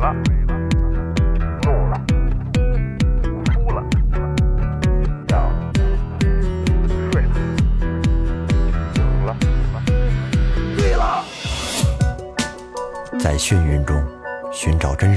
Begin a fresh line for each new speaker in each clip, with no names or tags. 了，怒了，哭了，笑了，睡了，醒了。
在眩晕中寻找真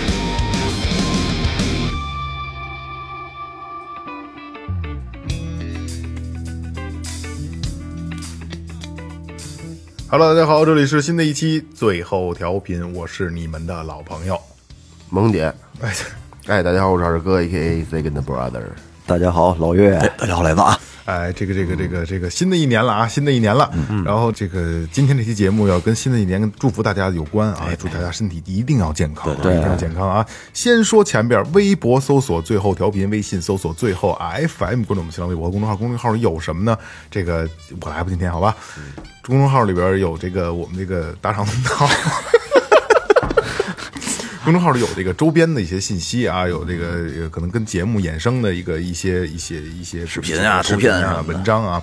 Hello，大家好，这里是新的一期最后调频，我是你们的老朋友。
萌姐，
哎，
哎，大家好，我是二哥，A K A Second Brother。
大家好，老岳，
大家好，来吧啊！
哎，这个这个这个这个新的一年了啊，新的一年了。然后这个今天这期节目要跟新的一年祝福大家有关啊，祝大家身体一定要健康，一定要健康啊！先说前边，微博搜索最后调频，微信搜索最后啊 FM，关注我们新浪微博公众号，公众号有什么呢？这个我来吧，今天好吧？公众号里边有这个我们这个打赏通道。 公众号里有这个周边的一些信息啊，有这个有可能跟节目衍生的一个一些一些一些视
频啊图片啊什么的
文章啊。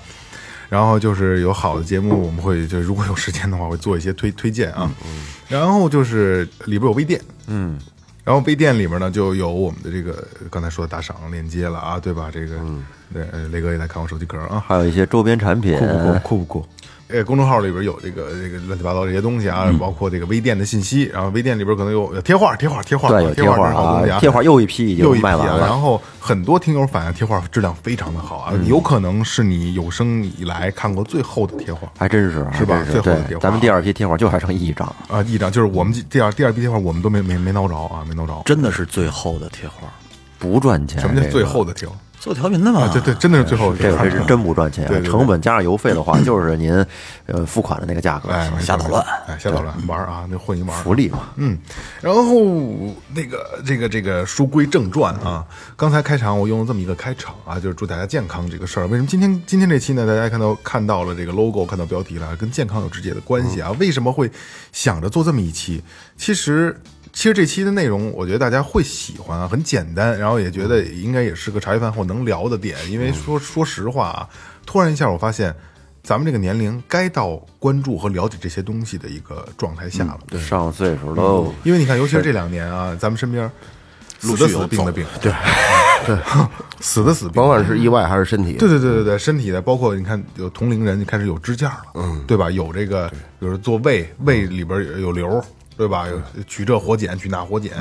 然后就是有好的节目，我们会就如果有时间的话，会做一些推推荐啊。
嗯
然后就是里边有微店，嗯，然后微店里面呢就有我们的这个刚才说的打赏链接了啊，对吧？这个，对，呃雷哥也来看我手机壳啊，
嗯还有一些周边产品，
酷不酷？酷不酷？呃，公众号里边有这个这个乱七八糟这些东西
嗯
啊，包括这个微店的信息，然后微店里边可能有有贴画，贴画，贴画，
对，有
贴
贴画
是好东西啊，
啊，贴画又一批已经
又一批
卖完
啊。
了，
然后很多听友反映贴画质量非常的好啊，
嗯
有可能是你有生以来看过最厚的贴画
还真是，
是吧
还真
最后的
对
贴
哎
画
咱们第二批贴画就还剩一张，
啊，一张就是我们第二第二批贴画我们都没没没挠着啊，没挠着。
真的是最厚的贴画。
不赚钱。
什么叫最
哎这个
厚的贴画？
做调频的嘛，
啊，对对，真的是最厚的贴
这
画
个是 真不赚钱
对
啊，
对对
成本加上邮费的 话，就是您呃付款的那个价格，
哎，没错
瞎捣乱，
哎，瞎捣乱玩儿啊，那混一玩儿。
福利嘛。
嗯，然后那个这个这个书归正传啊，刚才开场我用了这么一个开场啊，就是祝大家健康这个事儿。为什么今天今天这期呢？大家看到看到了这个 logo，看到标题了，跟健康有直接的关系啊。为什么会想着做这么一期？其实其实这期的内容，我觉得大家会喜欢啊，很简单，然后也觉得应该也是个茶余饭后能聊的点。因为说说实话啊，突然一下我发现。咱们这个年龄该到关注和了解这些东西的一个状态下了，
上岁数喽，
因为你看，尤其是这两年啊，咱们身边死的死，病的病，对对，死的死，病
甭
的病。
管是意外还是身体，
对对对对对，身体的，包括你看有同龄人开始有支架了，嗯，对吧？有这个，比如说做胃，胃里边有有瘤，对吧？有取这活检，取那活检，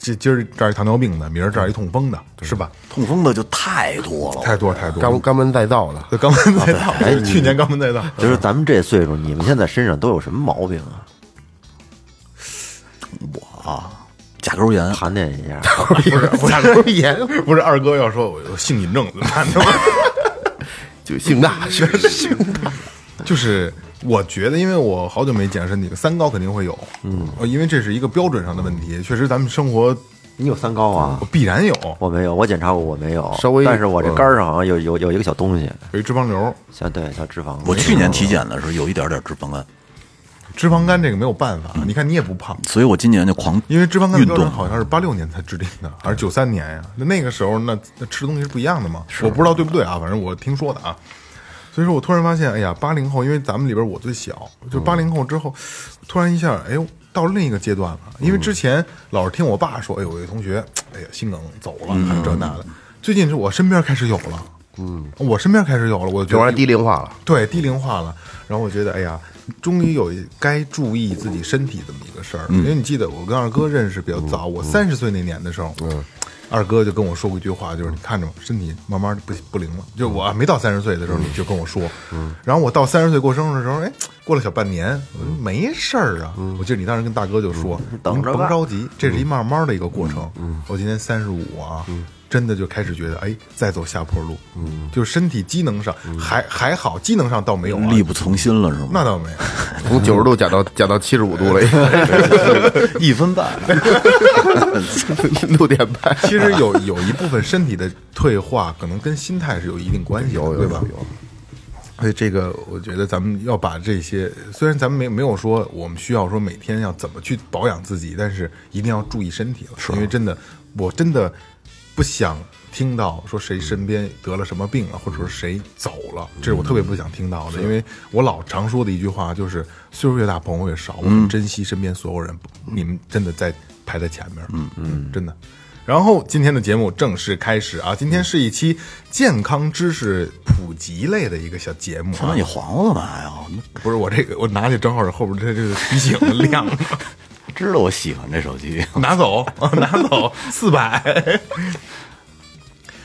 今今儿这儿一糖尿病的，明儿这儿一痛风的，是吧？
痛风的就太多了，
太多太多，
肛肛门再造的，
对肛门再造，就是去年肛门再造，
就是咱们这岁数，你们现在身上都有什么毛病啊？
甲沟炎。
盘点一下，
不是不是炎，不是二哥要说我有性瘾症怎么办呢？
就性 大，学性大，
就是我觉得，因为我好久没健身体了，三高肯定会有，嗯，因为这是一个标准上的问题，确实咱们生活
你有三高啊？
必然有，
我没有，我检查过，我没有。
稍微
但是我这肝儿上好像有有有一个小东西，
有一脂肪瘤、
像对像脂肪。
我去年体检的时候有一点点脂肪肝，
脂肪肝，这个没有办法。你看你也不胖，
所以我今年就狂
因为脂肪肝的
运
标准
动。
好像是八六年才制定的，还是九三年呀？那那个时候那那吃东西是不一样的嘛？我不知道对不对啊，反正我听说的啊。所以说我突然发现，哎呀，八零后，因为咱们里边我最小，就八零后之后，突然一下，哎呦，到另一个阶段了。因为之前老是听我爸说，哎呦，有一同学，哎呀，心梗走了，这那的。最近是我身边开始有了，嗯，我身边开始有了，我觉
这
得
玩意儿低龄化了。
对，低龄化了。然后我觉得，哎呀，终于有一该注意自己身体这么一个事儿。
嗯
因为你记得我跟二哥认识比较早，我三十岁那年的时候，
嗯
二哥就跟我说过一句话，就是你看着我身体慢慢地不不灵了。就我还啊没到三十岁的
嗯
时候，你就跟我说。然后我到三十岁过生日的时候，哎，过了小半年，我
嗯
说没事儿啊。我记得你当时跟大哥就说，
等着吧嗯
您甭着急，这是一慢慢的一个过程。我今年三十五啊，真的就开始觉得，哎，再走下坡路，嗯，就是身体机能上还还好，机能上倒没有啊，
嗯力不从心了是吗？
那倒没有，
从九十度减到减到七十五度了，
一分 半，
六点半。
其实有有一部分身体的退化，可能跟心态是有一定关系的，对吧？所以这个，我觉得咱们要把这些，虽然咱们没没有说我们需要说每天要怎么去保养自己，但是一定要注意身体了，因为真的，我真的不想听到说谁身边得了什么病了，或者说谁走了，这是我特别不想听到的，因为我老常说的一句话就是，岁数越大朋友越少，我很珍惜身边所有人，你们真的在排在前面，嗯嗯，真的。然后今天的节目正式开始啊！今天是一期健康知识普及类的一个小节目、
他 妈
啊
你。黄哎瓜干嘛呀？我他妈
不是我这个，我拿去正好是后边这这个提醒的亮，
知道我喜欢这手机，
拿走，拿走四百。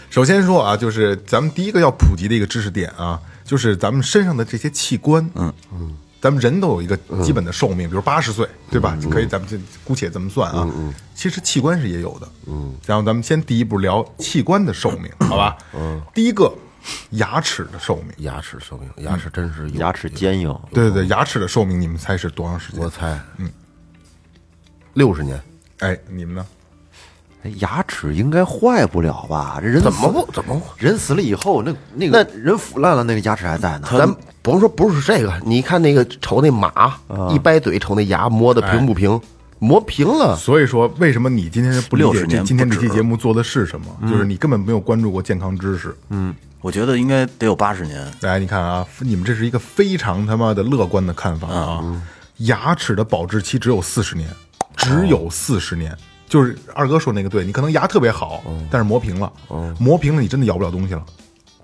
首先说啊，就是咱们第一个要普及的一个知识点啊，就是咱们身上的这些器官，嗯嗯，咱们人都有一个基本的寿命，比如八十岁，对吧？可以，咱们就姑且这么算啊。嗯，其实器官是也有的，嗯。然后咱们先第一步聊器官的寿命，好吧？嗯，第一个牙齿的寿命，
牙齿寿命，牙齿真是有
牙齿坚硬，
对对对，牙齿的寿命，你们猜是多长时间
我？猜，嗯，六十年，
哎，你们呢？
哎牙齿应该坏不了吧？这人
怎么
死
不怎么不？
人死了以后，那那个人腐烂了，那个牙齿还在呢。
咱甭说不是这个，你看那个瞅那马，一掰嘴瞅那牙磨的平不平，磨平了。
所以说，为什么你今天不理解
60年
这
不
今天这期
止
节目做的是什么？就是你根本没有关注过健康知识。嗯，
我觉得应该得有八十年。
大家你看啊，你们这是一个非常他妈的乐观的看法啊！牙齿的保质期只有四十年，只有四十年。就是二哥说那个对，你可能牙特别好，但是磨平了，磨平了你真的咬不了东西了。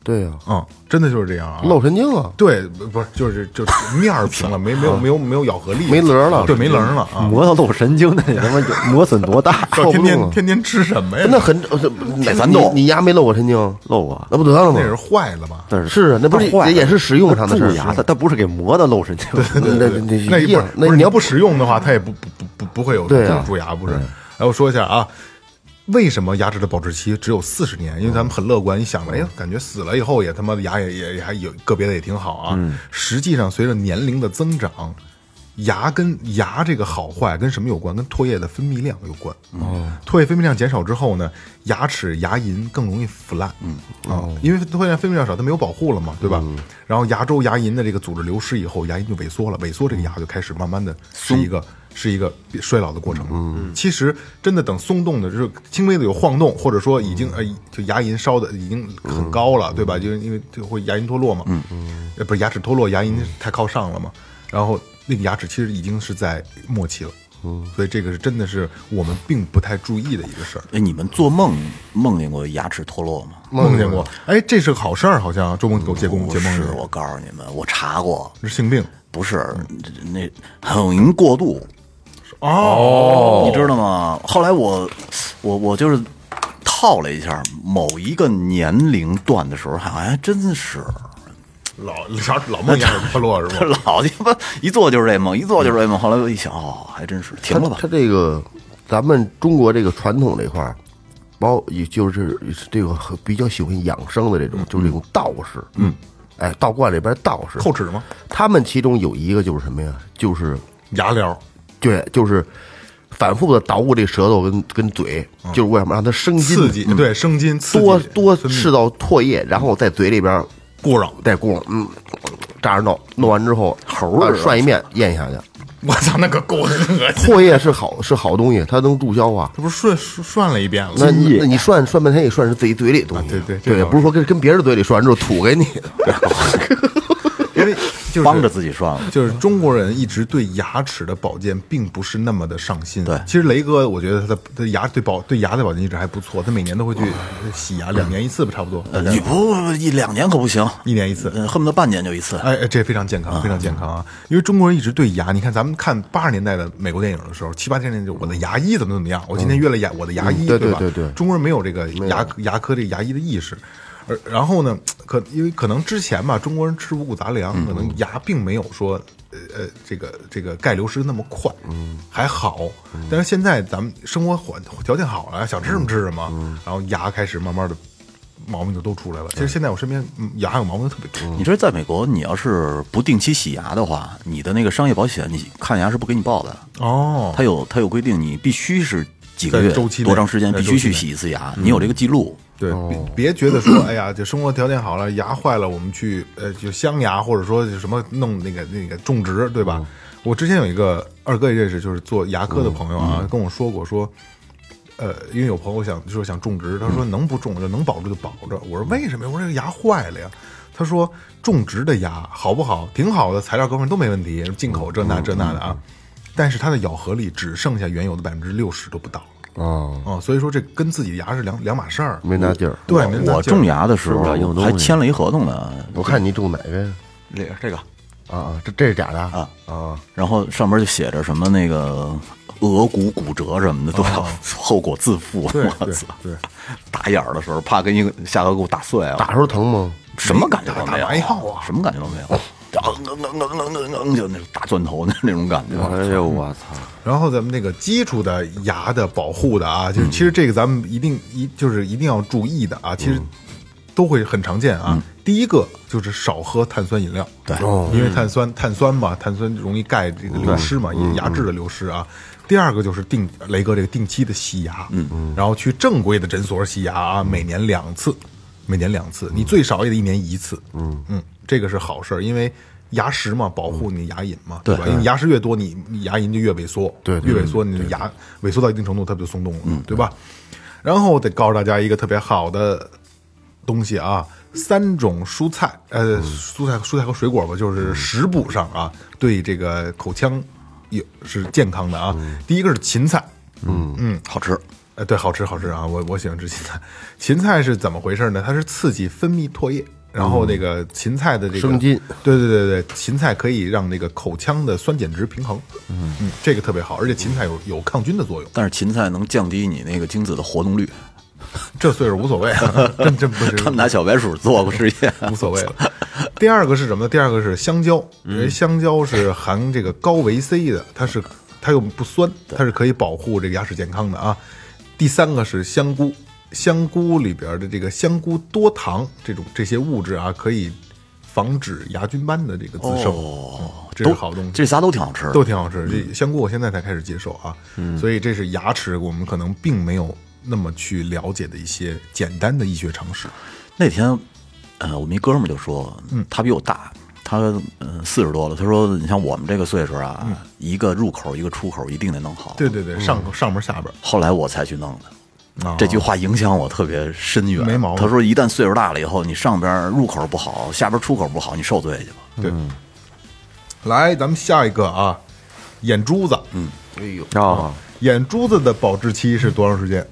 对呀，
嗯，真的就是这样啊。
漏神经了。
对，不不是就是就是面儿平了，没没有没有没有咬合力，
没棱了
对，没棱了啊！
磨到漏神经，那你他妈有磨损多大？
要天
受不住
天
了
天天吃什么呀？
那很，呃
铁
这
三
你
豆
你牙没漏过神经，
漏啊！
那不得了吗
那？是坏了吧？
但是
是啊那不是
它坏了
也也是实用上的事儿
蛀牙，它它不是给磨的漏神经。
那那那
那也
一
不
样
是，
那
不是你
你
要
要不
不实用的话，它也不不不不不会有
对啊
蛀牙，不是？来，我说一下啊，为什么牙齿的保质期只有四十年？因为咱们很乐观，你想着，哎呀，感觉死了以后也他妈的牙也也也还有个别的也挺好啊。
嗯
实际上，随着年龄的增长。牙跟牙这个好坏跟什么有关？跟唾液的分泌量有关。哦，唾液分泌量减少之后呢，牙齿牙龈更容易腐烂。嗯啊，因为唾液分泌量少，它没有保护了嘛，对吧？然后牙周、牙龈的这个组织流失以后，牙龈就萎缩了，萎缩这个牙就开始慢慢的是一个是一个衰老的过程。嗯，其实真的等松动的，就是轻微的有晃动，或者说已经呃就牙龈烧的已经很高了，对吧？就是因为就会牙龈脱落嘛。嗯嗯，呃不是牙齿脱落，牙龈太靠上了嘛，然后那个牙齿其实已经是在末期了。嗯，所以这个是真的是我们并不太注意的一个事儿。
哎，你们做梦梦见过牙齿脱落吗？
梦见过，哎，这是个好事儿，好像周梦给我借公
不
解梦
是
里，
我告诉你们，我查过，
是性病
不是这这那很容易过度，
哦，
你知道吗？后来我我我就是套了一下，某一个年龄段的时候，好像还真是
老老老梦牙齿脱落是吗？
老鸡巴一做就是这梦，一做就是这梦。后来我一想，哦，还真是停了吧
他。这个，咱们中国这个传统这块儿，包也就是这个很比较喜欢养生的这种，就是这种道士。嗯，哎，道观里边道士
叩齿吗？
他们其中有一个就是什么呀？就是
牙疗，
对，就是反复的捣鼓这舌头跟跟嘴，就是为什么让它生津，
刺激对生津，刺激
多多吃到唾液，然后在嘴里边
固扰。
再咕嗯扎着弄，弄完之后猴儿涮一面咽下去。
我操，那个够恶心，
唾液是好是好东西，它能助消化。
这不是涮涮涮了一遍了？
那你那你涮涮半天也涮是自己嘴里的东西，
啊对对这
对，
倒是
不是说跟跟别人嘴里涮完之后吐给你的，
因为就是
帮着自己涮了，
就是中国人一直对牙齿的保健并不是那么的上心。
对
其实雷哥，我觉得他的他牙对保对牙的保健一直还不错，他每年都会去洗牙，两年一次吧，差不多，
呃你不不一两年可不行，
一年一次。
呃恨不得半年就一次。
哎，哎这非常健康，非常健康啊！
嗯
因为中国人一直对牙，你看咱们看八十年代的美国电影的时候，七八十年代就我的牙医怎么怎么样，我今天约了牙我的牙医，
嗯对
吧？
对对对
中国人没有这个牙牙科这个牙医的意识。而然后呢，可因为可能之前吧，中国人吃五谷杂
嗯
粮，可能牙并没有说，呃呃，这个这个钙流失那么快，
嗯
还好。但是现在咱们生活环条件好了，想吃什么吃什么，
嗯
然后牙开始慢慢的毛病就都出来了。其实现在我身边嗯牙有毛病的特别多，
你知道，在美国，你要是不定期洗牙的话，你的那个商业保险，你看牙是不给你报的。
哦，
它有它有规定，你必须是几个月
在周期内
多长时间
在
必
周期
须
内
去
嗯
洗一次牙，你有这个记录。
对，别别觉得说，哎呀，这生活条件好了，牙坏了，我们去呃就镶牙，或者说什么弄那个那个种植，对吧？我之前有一个二哥也认识，就是做牙科的朋友啊，跟我说过说，呃，因为有朋友想说想种植，他说能不种就能保住就保着。我说为什么呀？我说这个牙坏了呀。他说种植的牙好不好？挺好的，材料各方面都没问题，进口这那这那的啊。但是它的咬合力只剩下原有的百分之六十都不到
哦，
啊、所以说这跟自己的牙是两两码事儿。
没拿劲儿。
对，没那
我
劲儿
种牙的时候
是不是有东西
还签了一合同呢，
我看你种哪个呀？
这个这个，
啊啊，这这是假的
啊
啊！
然后上面就写着什么那个额骨骨折什么的都要后果自负。
对
我
对
操！
对，
打眼儿的时候怕给你下颌骨打碎啊，
打时候疼吗？
什么感觉都
打
没有，
麻药啊
什么感觉都没有，嗯嗯嗯嗯嗯嗯嗯，就那种大钻头的那种感觉。
哎呦我操！
然后咱们那个基础的牙的保护的啊，就是其
嗯
实这个咱们一定一就是一定要注意的啊，其实都会很常见啊。第一个就是少喝碳酸饮料，对，因为碳酸碳酸嘛，碳酸容易钙这个流失嘛，也牙质的流失啊。第二个就是定雷哥这个定期的洗牙，嗯嗯，然后去正规的诊所洗牙啊，每年两次，每年两次，你最少也得一年一次，嗯嗯，这个是好事儿，因为。牙石嘛，保护你牙龈嘛，嗯对吧？因为你牙石越多，你你牙龈就越萎缩，
对对
越萎缩，你的牙萎缩到一定程度，它不就松动了，对吧？然后得告诉大家一个特别好的东西啊，三种蔬菜，呃，蔬菜、蔬菜和水果吧，就是食补上啊，对这个口腔有是健康的啊。第一个是芹菜，嗯嗯，好吃。呃，对，好吃好吃啊！我我喜欢吃芹菜。 芹菜是怎么回事呢？它是刺激分泌唾液，然后那个芹菜的这个
生津
对对对对，芹菜可以让那个口腔的酸碱值平衡，嗯嗯，这个特别好，而且芹菜有有抗菌的作用。
但是芹菜能降低你那个精子的活动率。
这岁数无所谓，啊 真真不是
他们拿小白鼠做过实验，
无所谓了。第二个是什么呢？第二个是香蕉，因
嗯
为香蕉是含这个高维 C 的，它是它又不酸，它是可以保护这个牙齿健康的啊。第三个是香菇，香菇里边的这个香菇多糖这种这些物质啊，可以防止牙菌斑的这个滋生，嗯这是好东西。
这仨哦都挺好吃嗯的。
都挺好吃。这香菇我现在才开始接受啊，
嗯
所以这是牙齿我们可能并没有那么去了解的一些简单的医学常识。
那天，呃，我们一哥们儿就说，
嗯
他比我大，他呃四十多了，他说，你像我们这个岁数啊，
嗯
一个入口一个出口一定得弄好。
对，对对，上上门下边
后来我才去弄的
哦。
这句话影响我特别深远。
没毛病
他说，一旦岁数大了以后，你上边入口不好，下边出口不好，你受罪去吧。
对，来，咱们下一个啊，眼珠子，嗯，
啊，
眼珠子的保质期是多长时间？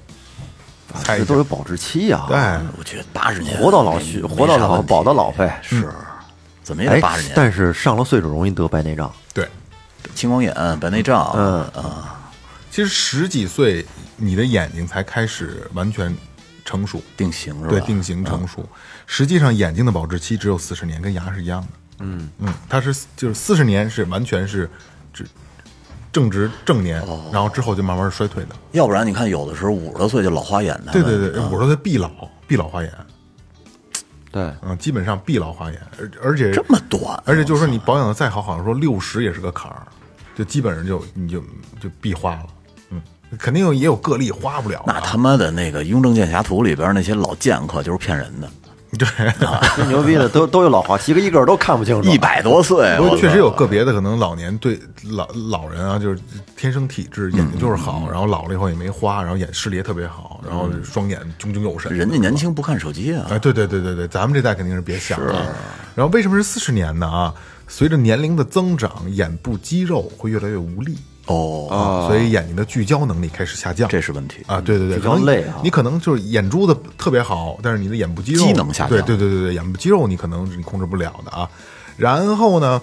猜一
这
下
都，有保质期啊。
哎，
我觉得八十年
活到老
没
学，
没
活到
啥
老，
问题
保到老呗。
是，怎么也
哎
得八十，年。
但是上了岁数容易得白内障。
对，
青光眼、白内障，
嗯
其实十几岁你的眼睛才开始完全成熟，
定型是吧？啊
对，定型成熟。实际上，眼睛的保质期只有四十年，跟牙是一样的。嗯嗯，它是就是四十年是完全是只正值正年，
哦
然后之后就慢慢衰退的。
要不然你看，有的时候五十多岁就老花眼的，
对对对，我说它必老，必老花眼，
对，
嗯，基本上必老花眼，而而且
这么短，啊
而且就是说你保养的再好，好像说六十也是个坎儿，就基本上就你就就必花了。嗯，肯定有也有个例花不了啊。
那他妈的那个《雍正剑侠图》里边那些老剑客就是骗人的，
最牛逼的都都有老花期，个一个都看不清楚。
一百多岁，
不
我
过确实有
操
个别的可能老年对老老人啊，就是天生体质，眼睛就是
嗯
好，然后老了以后也没花，然后眼视力也特别好，然后双眼炯炯有神。
人家年轻不看手机啊，
哎，对对对对对，咱们这代肯定是别想了。然后为什么是四十年呢？啊，随着年龄的增长，眼部肌肉会越来越无力
哦，
啊，所以眼睛的聚焦能力开始下降。
这是问题。
啊，对对对，
比
可
较
能
累啊
你可能就是眼珠子特别好，但是你的眼部肌肉
机能下降
对对对对对，眼部肌肉你可能是你控制不了的啊。然后呢，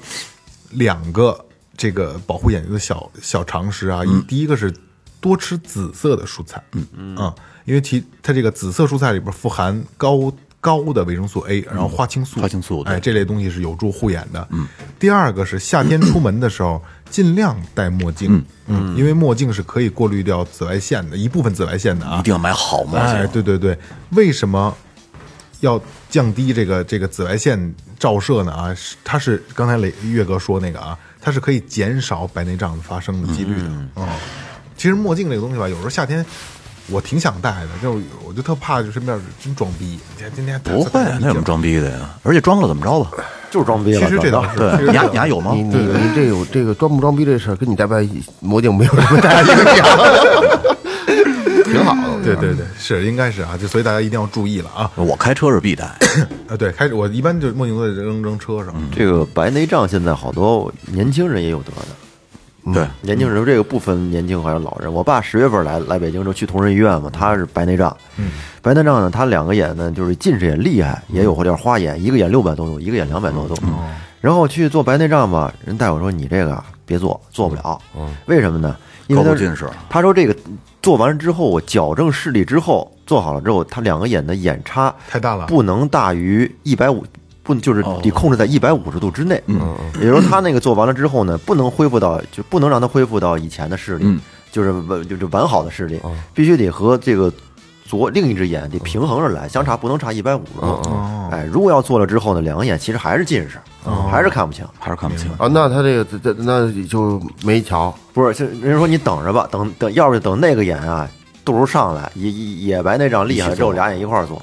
两个这个保护眼睛的小小常识啊，
嗯
一第一个是多吃紫色的蔬菜，嗯嗯啊，因为其它这个紫色蔬菜里边富含高。高的维生素 A，然后花青素，
嗯花青素对
哎，这类东西是有助护眼的。嗯，第二个是夏天出门的时 候尽量戴墨镜，嗯，因为墨镜是可以过滤掉紫外线的一部分紫外线的啊
一。定要买好墨
哎，
镜，
对对对，为什么要降低这个这个紫外线照射呢？啊，是它是刚才雷岳哥说那个啊，它是可以减少白内障发生的几率的。嗯，其实墨镜这个东西吧，有时候夏天我挺想戴的，就我就特怕就身边真装逼，你看今天
不会，啊那有什么？装逼的呀？而且装了怎么着吧？
就是装逼了。
其实这倒
转
是，嗯其
对，
实
你还
这倒
你还有吗？
你你你这有这个装不装逼这事儿，跟你戴不戴墨镜没有什么 太大影响，挺好的。
对对对，是应该是啊，就所以大家一定要注意了啊！
我开车是必带，
啊，对，开始我一般就墨镜都得扔扔车上，
到这个白内障现在好多年轻人也有得的，
嗯
对，
年轻人这个不分年轻还是老人。我爸十月份来来北京之后去同仁医院嘛，他是白内障，
嗯
白内障呢，他两个眼呢就是近视眼厉害，也有点花眼，一个眼六百多度，一个眼两百多度。
嗯
然后去做白内障吧，人大夫说你这个啊别做，做不了。为什么呢？因为
嗯高
他
度近视
他说这个做完之后，我矫正视力之后做好了之后，他两个眼的眼差
太大了
不能大于一百五，不就是得控制在一百五十度之内。哦嗯，也就是说他那个做完了之后呢，不能恢复到，就不能让他恢复到以前的视力，就是完就是完好的视力，必须得和这个左另一只眼得平衡着来，相差不能差一百五十度。哎，如果要做了之后呢，两个眼其实还是近视，还是看不清。
还是看不清。
嗯
啊，那他这个这这那就没瞧，
不是，就人家说你等着吧，等等，要不就等那个眼啊度数上来，也也也白内障厉害了之后，俩眼一块儿做，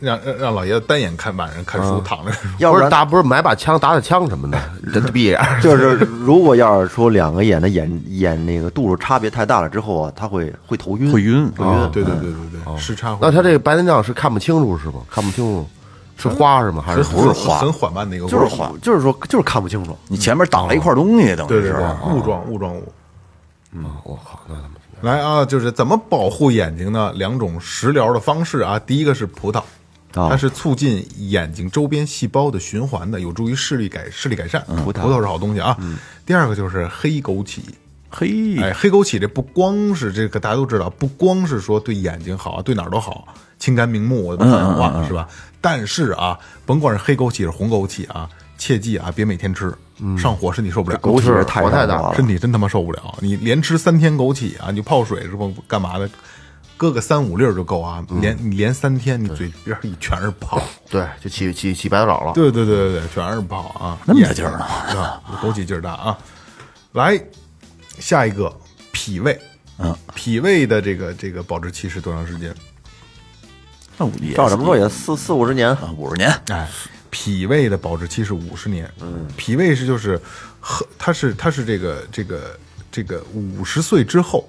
让让让老爷子单眼看晚上看书躺着，
要
不
不
是
然
打不是买把枪打打枪什么的，真闭眼 儿。
就是如果要是说两个眼的眼眼那个度数差别太大了之后啊，他会会头晕，
会晕
会晕。
哦对对对对对，时差会。
那他这个白内障是看不清楚是吗？看不清楚是花是吗？还是
很
不
很很缓慢的一个过
就是
程，
晃，就是说就是看不清楚。
你前面挡了一块东西，等
对
于
对
是
对，误撞误撞物。嗯，我靠，那他妈来啊！就是怎么保护眼睛呢？两种食疗的方式啊。第一个是葡萄，
哦
它是促进眼睛周边细胞的循环的，有助于视力改视力改善。葡萄是好东西啊。第二个就是黑枸杞。
嘿，
哎，黑枸杞这不光是这个大家都知道，不光是说对眼睛好啊，对哪儿都好，清肝明目，我不讲话、
嗯
是吧？但是啊，甭管是黑枸杞是红枸杞啊，切记啊，别每天吃，上火身体受不
嗯
了。
枸杞是
火
大
太大
了，
身体真他妈受不了。你连吃三天枸杞啊，你就泡水是不干嘛的？搁个三五粒儿就够啊，
嗯
连你连三天，你嘴边里全是泡。
对，就起起起白枣了。
对对对对对，全是泡啊，
那么大劲儿呢
眼睛啊，枸杞劲儿大啊。来，下一个脾胃，
嗯，
脾胃的这个这个保质期是多长时间？
那也啊
照这么说也四四五十年，
五十年，
哎，脾胃的保质期是五十年。嗯，脾胃是就是喝，它是它是这个这个这个五十岁之后，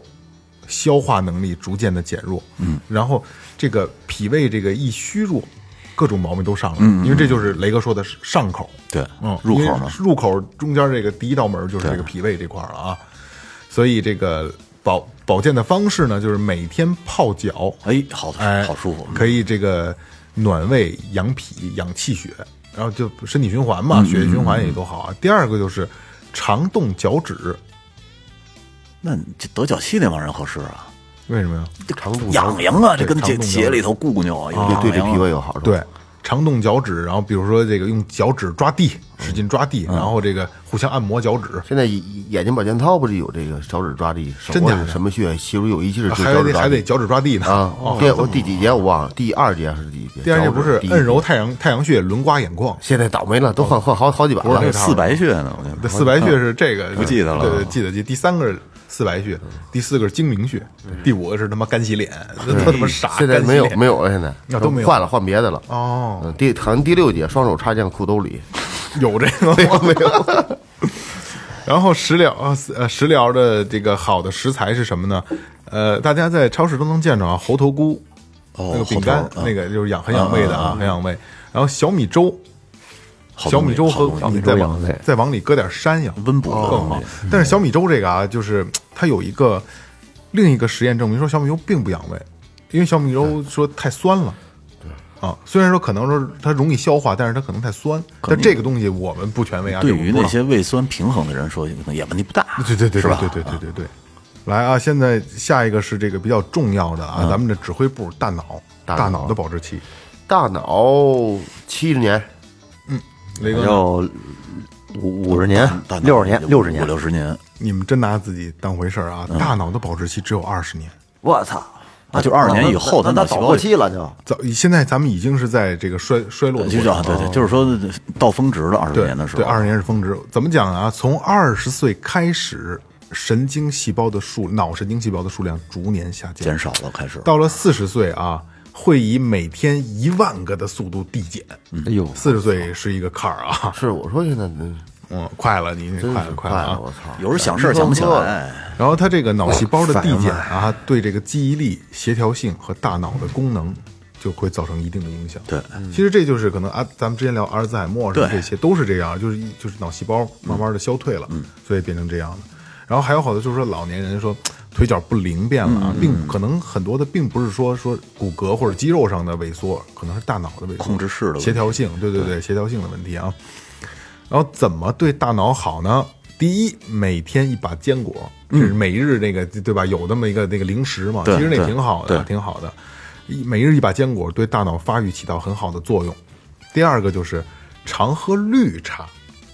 消化能力逐渐的减弱。嗯，然后这个脾胃这个一虚弱，各种毛病都上来了。因为这就是雷哥说的上口。
嗯对
嗯，，
入口
因为
嘛，
入口中间这个第一道门就是这个脾胃这块儿了啊。所以这个保保健的方式呢，就是每天泡脚。
哎，好
哎，
好舒服，嗯
可以这个暖胃、养脾、养气血，然后就身体循环嘛，血液循环也都好啊。第二个就是常动脚趾，
那你这得脚气那帮人合适啊，
为什么呀？
长度
痒痒啊，这
对
跟
长
这
动
鞋
摇
里头咕咕扭啊，有
对对这
痒痒啊
脾胃有好处。
对，常动脚趾，然后比如说这个用脚趾抓地，使劲抓地，然后这个互相按摩脚趾。
现在眼眼睛保健操不是有这个小指抓地，手啊
真假的
腕什么穴，其中有一些是
还
小嗯指
得
抓
还得
地
脚趾抓地呢
啊。第我第几节我忘了，第二节还是第几节？
第二
节
件不是摁揉。太阳太阳穴、轮刮眼眶，
现在倒霉了，都换换好好几版
不是
了
那。套
四白穴呢，我觉
对，
得
四白穴是这个，
嗯不记得了
对对，记得记得。第三个是四白穴，第四个是睛明穴，第五个是他妈干洗脸，都他妈傻。
现在
干洗
没有
脸
没有了，现在
那都没有
换了换别的了。
哦
嗯，第好像第六节双手插进裤兜里，
有这个吗？没有。 然后食疗啊，呃，食疗的这个好的食材是什么呢？呃，大家在超市都能见着啊，猴头菇，
哦
那个饼干
猴，头
那个就是养很养胃的啊，很养胃。然后小米粥，
好
小
东西
米粥和
好东西
你再
养
往
胃
再往里搁点山药，
嗯温补的
更
东
好
西。
哦但是小米粥这个啊，就是它有一个另一个实验证明说小米粥并不养胃，因为小米粥说太酸了。啊，虽然说可能说它容易消化，但是它可能太酸。但这个东西我们不权威啊，
对
这我们
于
不知
那
道
些胃酸平衡的人说，可能也问题不大，
对对对
是
对
吧？
对对对对对。来啊，现在下一个是这个比较重要的
嗯
啊，咱们的指挥部大脑，
大
大
脑
脑的保质期，
大脑七十年，
哎
雷哥，
要五五十年
大、脑
六十年、六十
五
年。
六十年，
你们真拿自己当回事儿
嗯
啊？大脑的保质期只有二十年，
我操！
啊就20年以后
那那
他脑
早
细胞
过
就
期了就。
早现在咱们已经是在这个衰衰落的
呃就
过
叫
程
对对，就是说到峰值了二十
哦对
年的时候，
对，二十年是峰值。怎么讲啊？从二十岁开始神经细胞的数，脑神经细胞的数量逐年下降，
减少了开始。
到了四十岁啊，会以每天一万个的速度递减。
嗯
哎呦，
四十岁是一个坎儿啊，
是我说现在嗯
嗯，快了，你
真
快
是
了，
快
了
了，
啊！
我操！
有时候想事儿想不起来，
然后它这个脑细胞的递减啊，对这个记忆力、协调性和大脑的功能就会造成一定的影响。
对，
其实这就是可能啊，咱们之前聊阿尔兹海默什么
对
这些都是这样，就是一就是脑细胞慢慢的消退
嗯
了，所以变成这样的。然后还有好多就是说老年人说腿脚不灵便了
嗯
啊，并可能很多的并不是说说骨骼或者肌肉上的萎缩，可能是大脑的萎缩、
控制室的问题
协调性，对对对，协调性的问题啊。然后怎么对大脑好呢？第一，每天一把坚果，就是每日那个对吧？有那么一个那个零食嘛，其
嗯对
实那
对
挺好的，
对
挺好的。一每日一把坚果对大脑发育起到很好的作用。第二个就是常喝绿茶，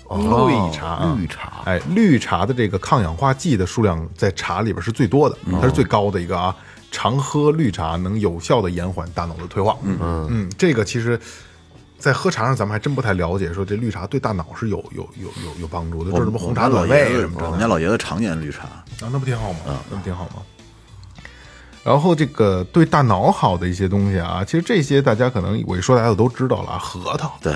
哦
绿茶啊，
嗯
绿茶
哎，绿茶的这个抗氧化剂的数量在茶里边是最多的，它是最高的一个啊。常喝绿茶能有效的延缓大脑的退化。嗯嗯，这个其实，在喝茶上咱们还真不太了解，说这绿茶对大脑是有有有有有帮助的，就是什么红茶
老
暖
爷
胃什
子，
么之类
我
的
们家老爷子常年绿茶，
啊，那不挺好吗？那不挺好吗？然后这个对大脑好的一些东西啊，其实这些大家可能我一说大家就都知道了啊，核桃，
对，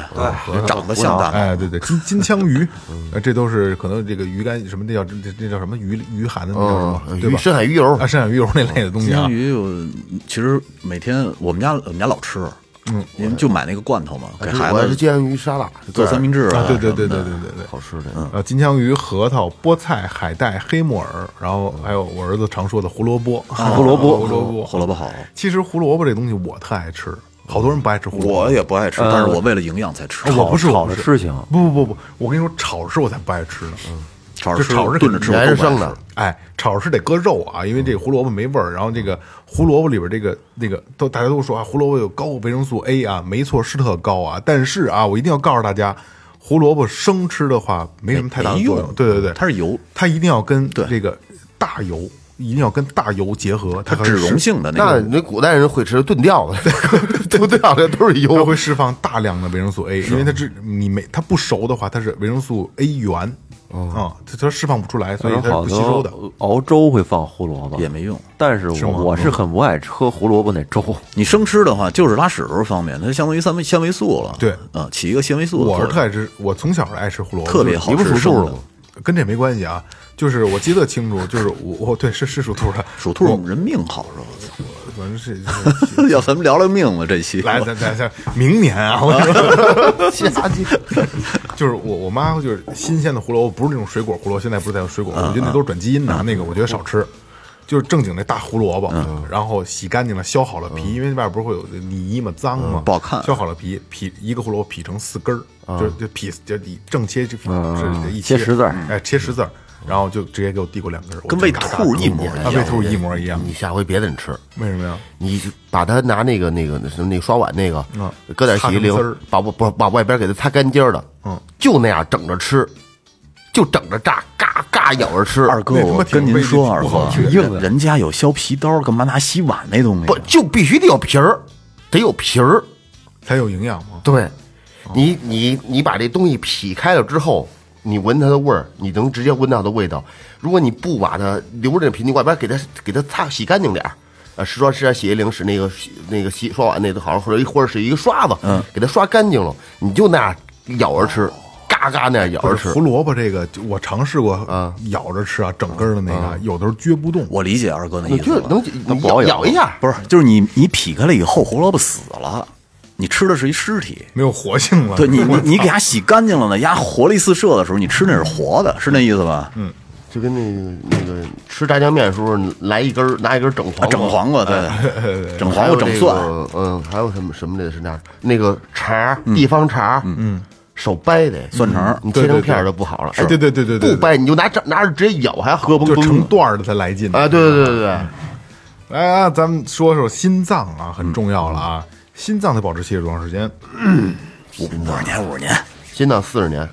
长得像大脑，
哎，对对，金金枪鱼，呃，这都是可能这个鱼干什么，这叫这这叫什么鱼鱼含的那叫什么，
嗯，
对
鱼
吧？
深海鱼油
啊，深海鱼油那类的东
金
西啊
枪，鱼我其实每天我们家我们家老吃，嗯，我们就买那个罐头嘛，给孩
我还是
子
煎洋鱼沙拉，
做三明治
啊，对对
什么
对对
的
对对对。
好吃的。
呃，金枪鱼、核桃、菠菜、海带、黑木耳，然后还有我儿子常说的胡萝卜，
啊
胡萝卜，啊胡萝卜，
胡萝卜好，
其实胡萝卜这东西我特爱吃，好多人不爱吃胡萝卜。
我也不爱吃，但是我为了营养才吃。
嗯啊我不是
炒
我不
着
是
吃行，
不不不不，我跟你说，炒着吃我才不爱吃呢。
炒
就
着吃
炒着
炖着
肯
吃，
你
我
还是
都不爱
生
吃
的。，
哎，炒着是得搁肉啊，因为这胡萝卜没味儿。然后这个胡萝卜里边这个那个都大家都说啊，胡萝卜有高维生素 A 啊，没错是特高啊。但是啊，我一定要告诉大家，胡萝卜生吃的话没什么太大的
没
作
用嗯
用。对对对，
它是油，
它一定要跟
对
这个大油，一定要跟大油结合，它
它
才
脂
是
溶性的那
那
个
那古代人会吃炖吊子， 炖吊子都是
它
哦
油，
会释放大量的维生素 A，因为它
嗯
这你没它不熟的话，它是维生素 A 源啊、
哦
它它释放不出来，所以它是
好
不吸收的。
多熬粥会放胡萝卜
也，没用。
但是我我是很不爱吃喝胡萝卜那粥。
你生吃的话，就是拉屎的时候方便，它相当于三维纤维素了。
对
啊，起一个纤维素的作
我
用。
是特爱吃，我从小是爱吃胡萝卜，
特别好吃
就是
生的
跟这没关系啊。就是我记得清楚，就是我我对是是属兔的，
属兔人命好是吧？
反正是
要咱们聊聊命吧，这 期
来咱咱咱明年啊， 我跟你说
瞎鸡
就是我我妈就是新鲜的胡萝卜，不是那种水果胡萝卜，现在不是在用水果，我觉
嗯
得那都是转基因的，那个我觉得少吃。就是正经那大胡萝卜，
嗯
然后洗干净了，削好了皮，因为外边不是会有泥嘛、脏嘛，
嗯不好看嗯
削好了皮，劈一个胡萝卜劈成四根儿，就就劈就一正切就这一
切十字儿
哎，切十字儿，然后就直接给我递过两根儿，我
跟
就
喂
嘎嘎
兔
啃
一模一
啊
样
喂兔一模一样。
你下回别给你吃，
为什么呀？
你把它拿那个那个什么那个刷碗那个
嗯，
搁点洗
擦
涤
成丝儿
灵，把不不把外边给它擦干净了，
嗯，
就那样整着吃，就整着炸，嘎嘎咬着吃，
二哥，
那他妈
我
挺
跟您
费
说，
力
二
不好
哥
吃，
人人家有削皮刀，干嘛拿洗碗那东西？啊
不就必须得有皮儿，得有皮儿，
才有营养吗？
对，你你你把这东西劈开了之后，你闻它的味儿，你能直接闻到它的味道。如果你不把它留着这皮，你外边给它给它擦洗干净点儿。呃，是说是洗洁灵使那个洗那个洗刷碗那个好像或者一或者是一个刷子，嗯，给它刷干净了，你就那样咬着吃，嘎嘎那样咬着
不是
吃
胡。萝卜这个，就我尝试过咬着吃啊，整根儿的那个，有的时候撅不动。
我理解二哥那
你
意思
就
了。
能
它
你
不好
咬
咬
咬一下，
不是，就是你你劈开了以后，胡萝卜死了，你吃的是一尸体。
没有活性了。
对你
我
你你给它洗干净了呢，鸭活力四射的时候，你吃那是活的，是那意思吧？嗯，
就跟那个那个吃炸酱面的时候来一根儿拿一根儿啊整黄瓜
啊整黄瓜嗯对，整黄
还
瓜
有
整
这
蒜，
个嗯，还有什么什么的是那样那个肠儿，地方肠儿，嗯，手掰的
蒜肠儿
你切成片儿就不好了。
对对对对对对对
不掰你就拿着拿着直接咬，还 喝
就成段儿的才来劲
啊！对对对对对，
来啊，咱们说说心脏啊，很重要了啊。心脏得保持吸收多长时间？
五五十年五十年，
心脏四十年，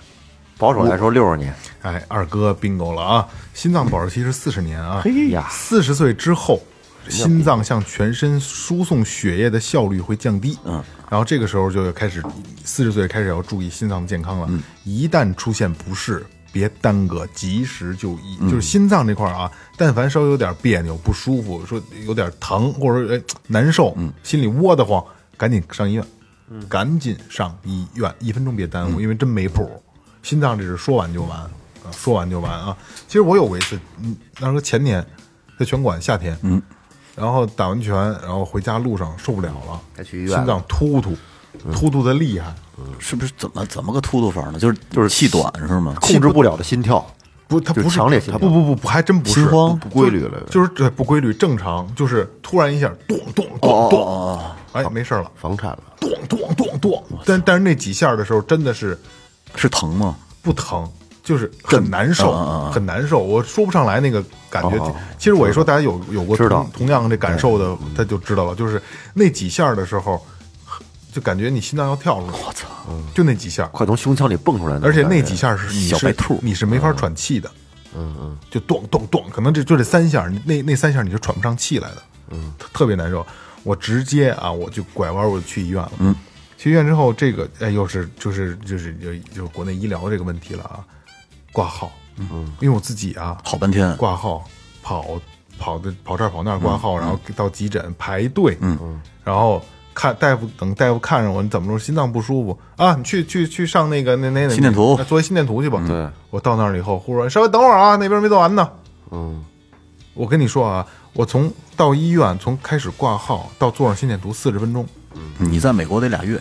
保守来说六十年，
哎，二哥 bingo 了啊！心脏的保质期是四十年啊。
嘿呀
四十岁之后，心脏向全身输送血液的效率会降低。嗯，然后这个时候就开始，四十岁开始要注意心脏的健康了。一旦出现不适，别耽搁，及时就医。就是心脏这块儿啊，但凡稍微有点别扭、不舒服，说有点疼或者说哎难受，心里窝得慌，赶紧上医院，赶紧上医院，一分钟别耽误，因为真没谱。心脏这是说完就完啊，说完就完啊。其实我有过一次，嗯，那时候前年在拳馆夏天，嗯，然后打完拳，然后回家路上受不了了，
该去医院了嗯
心脏突突，突突的厉害。
是不是怎么怎么个突突法呢？就是就是气短是吗？
控制不了的心跳，
不，它
就
不是
强烈心跳
不不不不，还真不是
心慌
不规律了，
就是这不规律，正常就是突然一下咚咚咚咚，哎，没事了，
房产了，
咚咚咚咚。但但是那几下的时候真的是
是疼吗？
不疼，就是很难受，很难受，我说不上来那个感觉。其实我一说，大家有有过
知道
同同样这感受的，他就知道了，就是那几下的时候，就感觉你心脏要跳出来，我操，就那几下，
快从胸腔里蹦出来的
而
种感
且
觉。
那几下是你
小白
是
兔
你是没法喘气的，嗯嗯，就咚咚咚，可能这就这三下，你那那三下你是喘不上气来的，嗯，特别难受。我直接啊，我就拐弯，我就去医院了，嗯，去医院之后，这个哎，又是就是就是就就是国内医疗这个问题了啊，挂号，嗯，因为我自己啊，
好半天，
挂号，跑跑的跑这儿跑那儿挂号，然后到急诊排队，嗯，然后看大夫，等大夫看着我，你怎么着，心脏不舒服啊？你去去去上那个那那那
心电图
那做一心电图去吧。对，我到那儿了以后，忽然稍微等会儿啊，那边没做完呢。嗯，我跟你说啊，我从到医院从开始挂号到做上心电图四十分钟，
你在美国得俩 月，